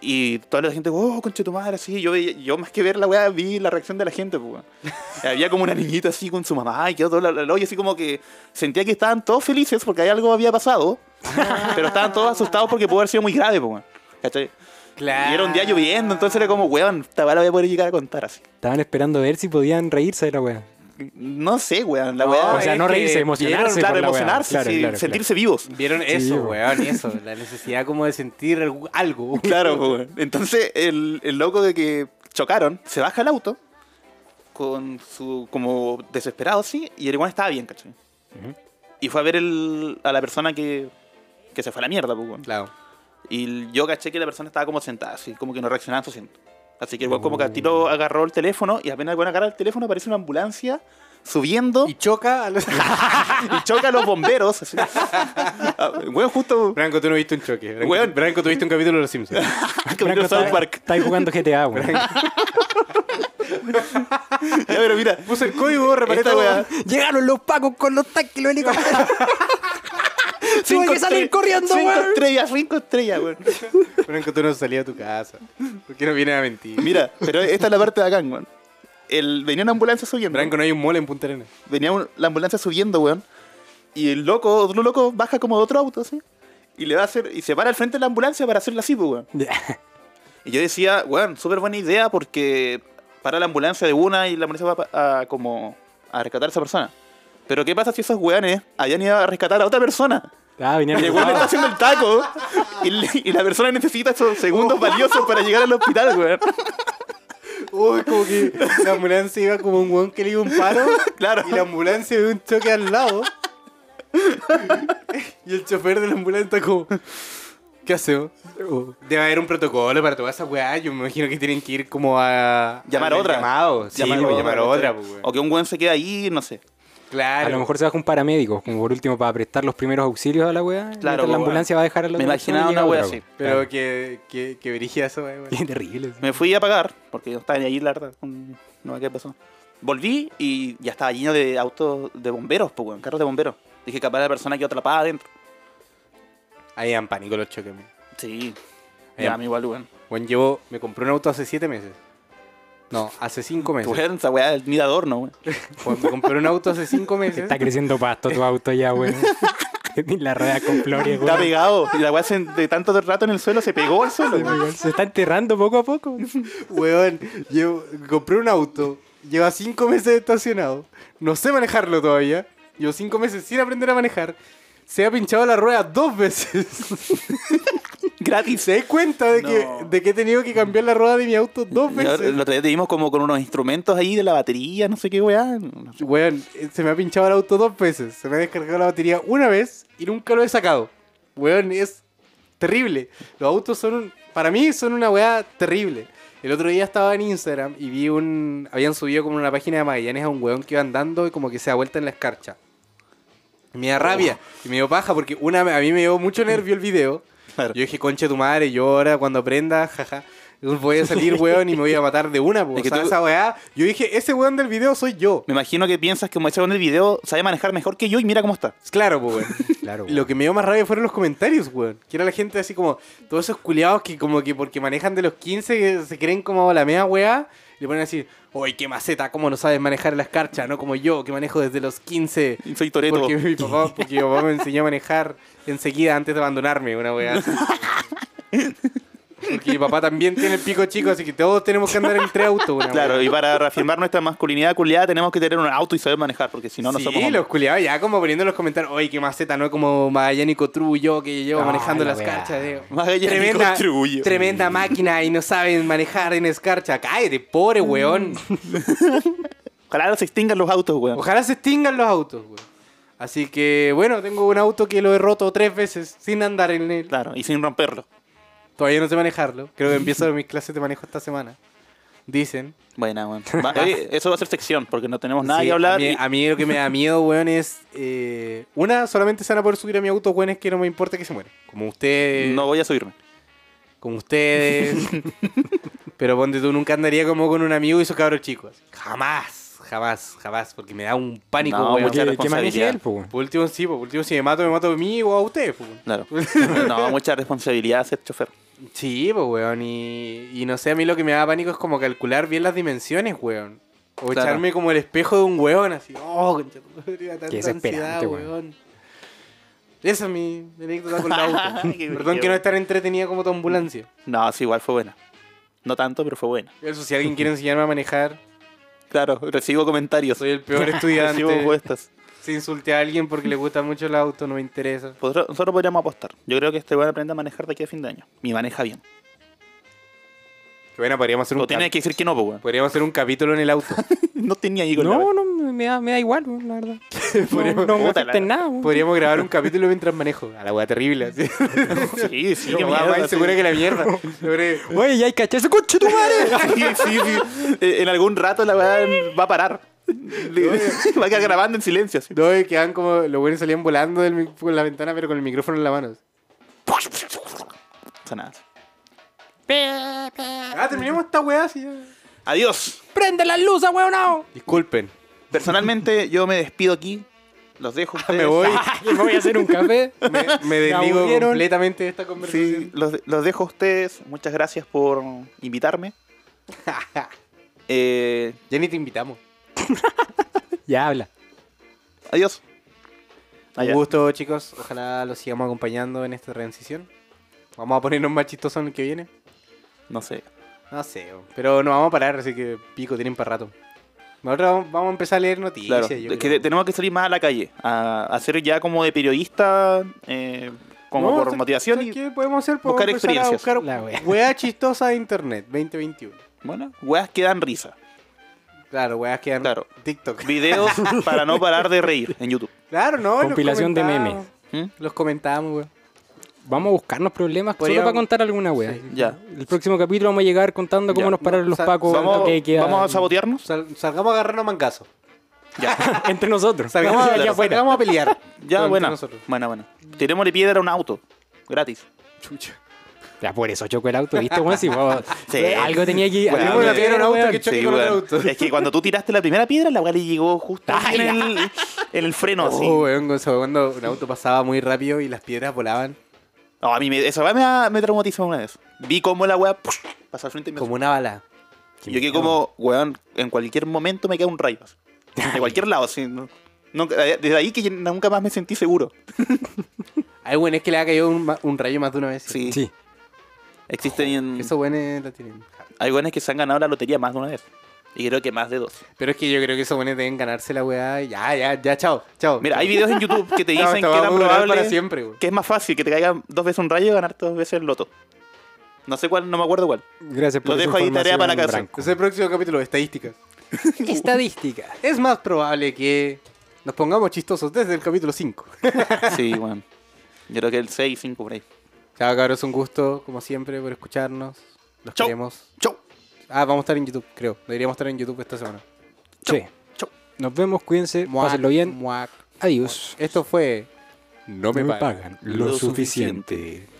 Speaker 2: Y toda la gente, oh, conche tu madre, así. Yo, veía- yo más que ver la weá, vi la reacción de la gente, pues, weón. Había como una niñita así con su mamá y quedó todo el hoyo, así como que sentía que estaban todos felices porque ahí algo había pasado, pero estaban todos asustados porque pudo haber sido muy grave, pues, weón. ¿Cachai?
Speaker 3: Claro.
Speaker 2: Y era un día lloviendo, entonces era como, weón, esta weá la voy a poder llegar a contar así.
Speaker 1: Estaban esperando a ver si podían reírse de la weá.
Speaker 2: No sé, weón, la
Speaker 3: No,
Speaker 2: weá.
Speaker 1: O sea,
Speaker 3: es
Speaker 1: no
Speaker 3: que
Speaker 1: reírse,
Speaker 2: Claro,
Speaker 1: emocionarse. por la weá.
Speaker 2: emocionarse,
Speaker 1: Claro,
Speaker 2: sí,
Speaker 1: claro,
Speaker 2: sentirse vivos.
Speaker 3: Vieron
Speaker 1: Sí,
Speaker 3: eso,
Speaker 1: weón.
Speaker 3: weón, eso. La necesidad como de sentir algu- algo.
Speaker 2: Claro, po, weón. Entonces, el, el loco de que chocaron se baja el auto con su. como desesperado así, y el igual estaba bien, ¿cachai? Y fue a ver el, a la persona que, que se fue a la mierda, po, weón.
Speaker 3: Claro.
Speaker 2: Y yo caché que la persona estaba como sentada, así, como que no reaccionaba en su asiento. Así que el weón como que
Speaker 1: Oh.
Speaker 2: al tiro agarró el teléfono y apenas el weón agarra el teléfono aparece una ambulancia subiendo
Speaker 3: Y
Speaker 2: y,
Speaker 3: choca a los.
Speaker 2: choca a los bomberos. así. Ah, weón, justo...
Speaker 3: Branco, tú no viste un choque. Branco,
Speaker 2: Weón.
Speaker 3: Branco, tú viste un capítulo de Los Simpsons.
Speaker 2: Capítulo de
Speaker 1: eh.
Speaker 2: South Park.
Speaker 1: Está ahí jugando GTA, weón.
Speaker 2: Ya, pero mira,
Speaker 3: Puse el código, reparé
Speaker 2: esta
Speaker 3: todo.
Speaker 2: weá...
Speaker 1: Llegaron los pacos con los tanques y los helicópteros. Tuve que salir
Speaker 2: estre-
Speaker 1: corriendo,
Speaker 2: cinco
Speaker 1: weón.
Speaker 2: estrellas, cinco estrellas, weón.
Speaker 3: Branco, tú no salías de tu casa. ¿Por qué no vienes a mentir?
Speaker 2: Mira, pero esta es la parte de acá, weón. El, venía una ambulancia subiendo.
Speaker 3: Branco, no hay un mole en Punta Arenas.
Speaker 2: Venía un- la ambulancia subiendo, weón. Y el loco, otro loco, baja como de otro auto, así. Y le va a hacer. Y se para al frente de la ambulancia para hacerla así, pues, weón. Y yo decía, weón, súper buena idea porque para la ambulancia de una y la ambulancia va pa- a, como a rescatar a esa persona. Pero ¿qué pasa si esos weones habían ido a rescatar a otra persona?
Speaker 1: Ah, vinieron
Speaker 2: Y el weón le
Speaker 1: ocupados.
Speaker 2: está haciendo el taco y, le- y la persona necesita esos segundos valiosos para llegar al hospital, weón.
Speaker 3: Uy, como que la ambulancia iba como un weón que le iba un paro.
Speaker 2: Claro.
Speaker 3: Y la ambulancia ve un choque al lado. y el chofer de la ambulancia está como. ¿Qué hacemos? Oh. Debe haber un protocolo para todas esas weas. Yo me imagino que tienen que ir como a.
Speaker 2: Llamar
Speaker 3: al
Speaker 2: a otra.
Speaker 3: Llamado. Sí, llamar,
Speaker 2: a
Speaker 3: llamar a otra, pues, weón.
Speaker 2: O que un weón se queda ahí, no sé.
Speaker 3: Claro.
Speaker 1: A lo mejor se baja un paramédico, como por último, para prestar los primeros auxilios a la weá. Claro.
Speaker 2: Claro,
Speaker 1: la
Speaker 2: weón.
Speaker 1: ambulancia va a dejar a la
Speaker 2: Me
Speaker 1: otra
Speaker 2: imaginaba
Speaker 1: persona y
Speaker 2: una
Speaker 1: llega
Speaker 2: weá
Speaker 1: otra,
Speaker 3: Pero
Speaker 1: weón.
Speaker 3: que, que, que brígida esa wea, weón.
Speaker 1: Qué terrible. sí.
Speaker 2: Me fui a pagar porque yo estaba ahí, la verdad. con- No sé qué pasó. Volví y ya estaba lleno de autos de bomberos, pues, weón, carros de bomberos. Dije, capaz la persona quedó atrapada adentro.
Speaker 3: Ahí dan pánico los choques, weón.
Speaker 2: Sí.
Speaker 3: Ya.
Speaker 2: Ya, mi igual, weón.
Speaker 3: Weón, llevo. Me compré un auto hace 7 meses. No, hace 5 meses.
Speaker 2: Weón, esa weá ni de adorno, weón.
Speaker 3: Weón, me compré un auto hace 5 meses.
Speaker 1: Está creciendo pasto tu auto ya, weón. Ni la rueda con flores,
Speaker 2: Está
Speaker 1: weón.
Speaker 2: pegado. Y la weá se- de tanto rato en el suelo se pegó al suelo, weón.
Speaker 1: Se está enterrando poco a poco.
Speaker 3: Weón, llevo- compré un auto, lleva cinco meses estacionado, no sé manejarlo todavía, llevo cinco meses sin aprender a manejar, se ha pinchado la rueda dos veces.
Speaker 2: Gratis.
Speaker 3: ¿Te das cuenta de, que,
Speaker 2: No.
Speaker 3: de que he tenido que cambiar la rueda de mi auto dos
Speaker 2: Y ahora,
Speaker 3: veces?
Speaker 2: El otro día te vimos como con unos instrumentos ahí de la batería, no sé qué weá. No sé.
Speaker 3: Weón, eh, se me ha pinchado el auto dos veces, se me ha descargado la batería una vez y nunca lo he sacado. Weón, es terrible. Los autos son, un- para mí, son una weá terrible. El otro día estaba en Instagram y vi un. Habían subido como una página de Magallanes a un weón que iba andando y como que se da vuelta en la escarcha. Y Me da rabia y me dio paja porque una a mí me dio mucho nervio el video. Yo dije, conche tu madre, llora cuando aprenda, jaja. Voy a salir, weón, y me voy a matar de una, po.
Speaker 2: Es que
Speaker 3: O sea,
Speaker 2: tú-
Speaker 3: esa weá. Yo dije, ese weón del video soy yo.
Speaker 2: Me imagino que piensas que como está en el video, sabe manejar mejor que yo y mira cómo está.
Speaker 3: Claro, po, weón.
Speaker 1: Claro.
Speaker 3: Lo que me dio más rabia fueron los comentarios, weón. Que era la gente así como, todos esos culiados que como que porque manejan de los 15 que se creen como la mea weá, le ponen así, uy, qué maceta, cómo no sabes manejar la escarcha, no como yo, que manejo desde los 15.
Speaker 2: Soy Toreto.
Speaker 3: Porque mi papá, porque mi papá me enseñó a manejar enseguida antes de abandonarme, una weá. así. Porque mi papá también tiene el pico chico, así que todos tenemos que andar en tres autos, una weá.
Speaker 2: Claro, y para reafirmar nuestra masculinidad culiada tenemos que tener un auto y saber manejar, porque si no, no
Speaker 3: sí,
Speaker 2: somos hombres.
Speaker 3: los culiados ya como poniendo en los comentarios, oye, qué maceta, ¿no? Como Magallánico Trullo que llevo
Speaker 1: Ah,
Speaker 3: manejando
Speaker 1: la
Speaker 3: las
Speaker 1: weá.
Speaker 3: carchas. digo.
Speaker 2: Magallánico
Speaker 3: tremenda,
Speaker 2: Trullo.
Speaker 3: Tremenda máquina y no saben manejar en escarcha. Cállate, pobre weón.
Speaker 2: Mm. Ojalá no se extingan los autos, weón.
Speaker 3: Ojalá se extingan los autos, weón. Así que, bueno, tengo un auto que lo he roto tres veces sin andar en él.
Speaker 2: Claro, y sin romperlo.
Speaker 3: Todavía no sé manejarlo. Creo que empiezo mis clases de manejo esta semana. Dicen.
Speaker 2: Buena, weón. Va- oye, eso va a ser sección, porque no tenemos nada
Speaker 3: Sí,
Speaker 2: que hablar.
Speaker 3: A mí,
Speaker 2: y-
Speaker 3: a mí lo que me da miedo, weón, es. eh, una, solamente se van a poder subir a mi auto, weón, es que no me importa que se mueran. Como ustedes.
Speaker 2: No voy a subirme.
Speaker 3: Como ustedes. Pero ponte tú, nunca andaría como con un amigo y su cabros chicos. Jamás, jamás, jamás. Porque me da un pánico,
Speaker 2: No,
Speaker 3: weón.
Speaker 2: mucha
Speaker 1: que, que maneje
Speaker 2: responsabilidad.
Speaker 1: él, po, weón.
Speaker 3: Por último, sí, po, por último, si me mato, me mato a mí o a ustedes, po, weón.
Speaker 2: Claro. No, mucha responsabilidad ser chofer.
Speaker 3: Sí, pues, weón. Y, y no sé, a mí lo que me da pánico es como calcular bien las dimensiones, weón. O
Speaker 2: Claro.
Speaker 3: echarme como el espejo de un weón, así. Oh, concha tu madre, me da tanta
Speaker 1: desesperante,
Speaker 3: ansiedad,
Speaker 1: weón.
Speaker 3: Esa es mi anécdota con la auto.
Speaker 2: Qué
Speaker 3: Perdón
Speaker 2: brillo.
Speaker 3: que no estar entretenida como tu ambulancia.
Speaker 2: No, sí, igual fue buena. No tanto, pero fue buena.
Speaker 3: Eso, si alguien quiere enseñarme a manejar,
Speaker 2: Claro, recibo comentarios.
Speaker 3: soy el peor
Speaker 2: recibo
Speaker 3: estudiante.
Speaker 2: puestas.
Speaker 3: si insulte a alguien porque le gusta mucho el auto, no me interesa.
Speaker 2: Nosotros nosotros podríamos apostar. Yo creo que este weón aprende a manejar de aquí a fin de año. Y maneja bien.
Speaker 3: Que bueno, podríamos hacer
Speaker 2: Pero
Speaker 3: un,
Speaker 2: tiene
Speaker 3: cap-
Speaker 2: que decir que no, pues, weón.
Speaker 3: podríamos hacer un capítulo en el auto.
Speaker 2: No tenía ahí con la-
Speaker 1: No, no, me da, me da igual, weón, la verdad. No, no me
Speaker 2: Puta, la-
Speaker 1: afecta en nada, weón.
Speaker 3: podríamos grabar un capítulo mientras manejo. A la weá terrible, así.
Speaker 2: Sí, sí, qué
Speaker 3: Yo más
Speaker 2: mierda, sí.
Speaker 3: insegura que la mierda. Sobre-
Speaker 1: Oye, ya hay cachado ese coche, tu madre.
Speaker 2: Sí, sí, sí. Eh, En algún rato la weá va a parar. Va a quedar grabando en silencio. así.
Speaker 3: No, y quedan como. Los buenos salían volando del mi- por la ventana, pero con el micrófono en la mano.
Speaker 2: O sea, nada.
Speaker 3: Ah, terminemos esta weá así.
Speaker 2: Adiós.
Speaker 1: Prende la luz, weón.
Speaker 3: Disculpen.
Speaker 2: Personalmente, yo me despido aquí. Los dejo. a ustedes.
Speaker 3: Me voy.
Speaker 1: Me voy a hacer un café.
Speaker 3: Me, me desligo
Speaker 1: aburrieron.
Speaker 3: completamente de esta
Speaker 2: Sí,
Speaker 3: conversación.
Speaker 2: los, de- los dejo a ustedes. Muchas gracias por invitarme. Eh,
Speaker 3: Ya ni te invitamos.
Speaker 1: Ya habla.
Speaker 2: adiós. Ah,
Speaker 3: Un
Speaker 2: ya.
Speaker 3: gusto, chicos. Ojalá los sigamos acompañando en esta transición. Vamos a ponernos más chistosos en el que viene.
Speaker 2: No sé.
Speaker 3: No sé, pero no vamos a parar, así que pico, tienen para rato. Nosotros vamos a empezar a leer noticias.
Speaker 2: Claro,
Speaker 3: yo
Speaker 2: es que
Speaker 3: creo.
Speaker 2: te- tenemos que salir más a la calle, a, a hacer ya como de periodista, eh, como
Speaker 3: No,
Speaker 2: por
Speaker 3: ¿sabes-
Speaker 2: motivación
Speaker 3: ¿sabes
Speaker 2: y
Speaker 3: qué podemos hacer? Podemos
Speaker 2: buscar
Speaker 3: empezar
Speaker 2: experiencias.
Speaker 3: A buscar
Speaker 1: La wea.
Speaker 3: weas chistosas de internet 2021.
Speaker 2: bueno, weas que dan risa.
Speaker 3: Claro, weas que dan
Speaker 2: Claro.
Speaker 3: TikTok.
Speaker 2: Videos para no parar de reír en YouTube.
Speaker 3: Claro, no. los
Speaker 1: Compilación de
Speaker 3: comentamos.
Speaker 1: memes.
Speaker 2: ¿Mm?
Speaker 3: Los comentábamos, weón.
Speaker 1: Vamos a buscarnos problemas solo
Speaker 3: Podríamos-
Speaker 1: para contar alguna wea.
Speaker 3: Sí.
Speaker 2: Ya.
Speaker 1: El próximo capítulo vamos a llegar contando cómo
Speaker 2: Ya.
Speaker 1: nos pararon los
Speaker 3: Sa-
Speaker 1: pacos.
Speaker 2: Vamos,
Speaker 1: que queda-
Speaker 2: vamos a sabotearnos.
Speaker 3: Sal- salgamos a agarrarnos a mangazo.
Speaker 2: Ya,
Speaker 1: entre nosotros.
Speaker 3: Salgamos, a-
Speaker 1: allá afuera.
Speaker 3: salgamos a pelear.
Speaker 2: ya
Speaker 3: Entre
Speaker 2: buena.
Speaker 3: nosotros.
Speaker 2: Buena, buena. Tirémosle piedra a un auto. Gratis.
Speaker 3: Chucha.
Speaker 1: Ya por eso chocó el auto, ¿viste? Bueno, si vos-
Speaker 2: Sí.
Speaker 1: algo tenía que
Speaker 2: Bueno,
Speaker 1: algo
Speaker 2: una
Speaker 1: que-
Speaker 3: piedra a un auto
Speaker 1: weón.
Speaker 3: que- choque con otro
Speaker 2: weón.
Speaker 3: auto. Ah,
Speaker 2: Es que cuando tú tiraste la primera piedra, la weá le llegó justo en el, en el freno así.
Speaker 3: Oh, weón, Gonzalo, cuando un auto pasaba muy rápido y las piedras volaban
Speaker 2: No, a mí me, esa weá me, ha- me traumatizó una vez. Vi cómo la weá ¡push! pasó al frente y me
Speaker 3: como una bala.
Speaker 2: Y Yo que como, weón, en cualquier momento me cae un rayo. así. De cualquier lado, así. no- nunca- desde ahí que yo nunca más me sentí seguro.
Speaker 3: Ay, weón, es que le ha caído un, ma- un rayo más de una vez.
Speaker 2: Sí.
Speaker 1: Sí.
Speaker 2: Existen.
Speaker 3: Eso, weones la tienen.
Speaker 2: Hay weones que se han ganado la lotería más de una vez. Y creo que más de dos.
Speaker 3: Pero es que yo creo que esos buenos deben ganarse la weá. y Ya, ya, ya, chao, chao.
Speaker 2: Mira, hay videos en YouTube que te
Speaker 3: Chao,
Speaker 2: dicen
Speaker 3: esto
Speaker 2: que
Speaker 3: este va
Speaker 2: era
Speaker 3: a durar
Speaker 2: probable.
Speaker 3: para siempre, weón.
Speaker 2: Que es más fácil que te caiga dos veces un rayo y ganar dos veces el loto. No sé cuál, no me acuerdo cuál.
Speaker 1: Gracias por
Speaker 2: Lo
Speaker 1: esa
Speaker 2: dejo ahí, tarea
Speaker 1: información,
Speaker 2: para casa.
Speaker 1: Branco.
Speaker 3: Entonces el próximo capítulo, estadísticas.
Speaker 1: Estadística.
Speaker 3: Es más probable que nos pongamos chistosos desde el capítulo 5.
Speaker 2: Sí, weón. Yo creo que el 6, 5 por ahí.
Speaker 3: Chao, cabros, un gusto, como siempre, por escucharnos. Los
Speaker 2: Chau.
Speaker 3: queremos.
Speaker 2: Chau.
Speaker 3: Ah, vamos a estar en YouTube, creo. Deberíamos estar en YouTube esta semana.
Speaker 1: Sí.
Speaker 2: chau.
Speaker 1: Nos vemos, cuídense,
Speaker 3: Muac,
Speaker 1: pásenlo bien.
Speaker 3: muac.
Speaker 1: Adiós.
Speaker 3: Esto fue.
Speaker 1: No me pagan
Speaker 2: lo suficiente.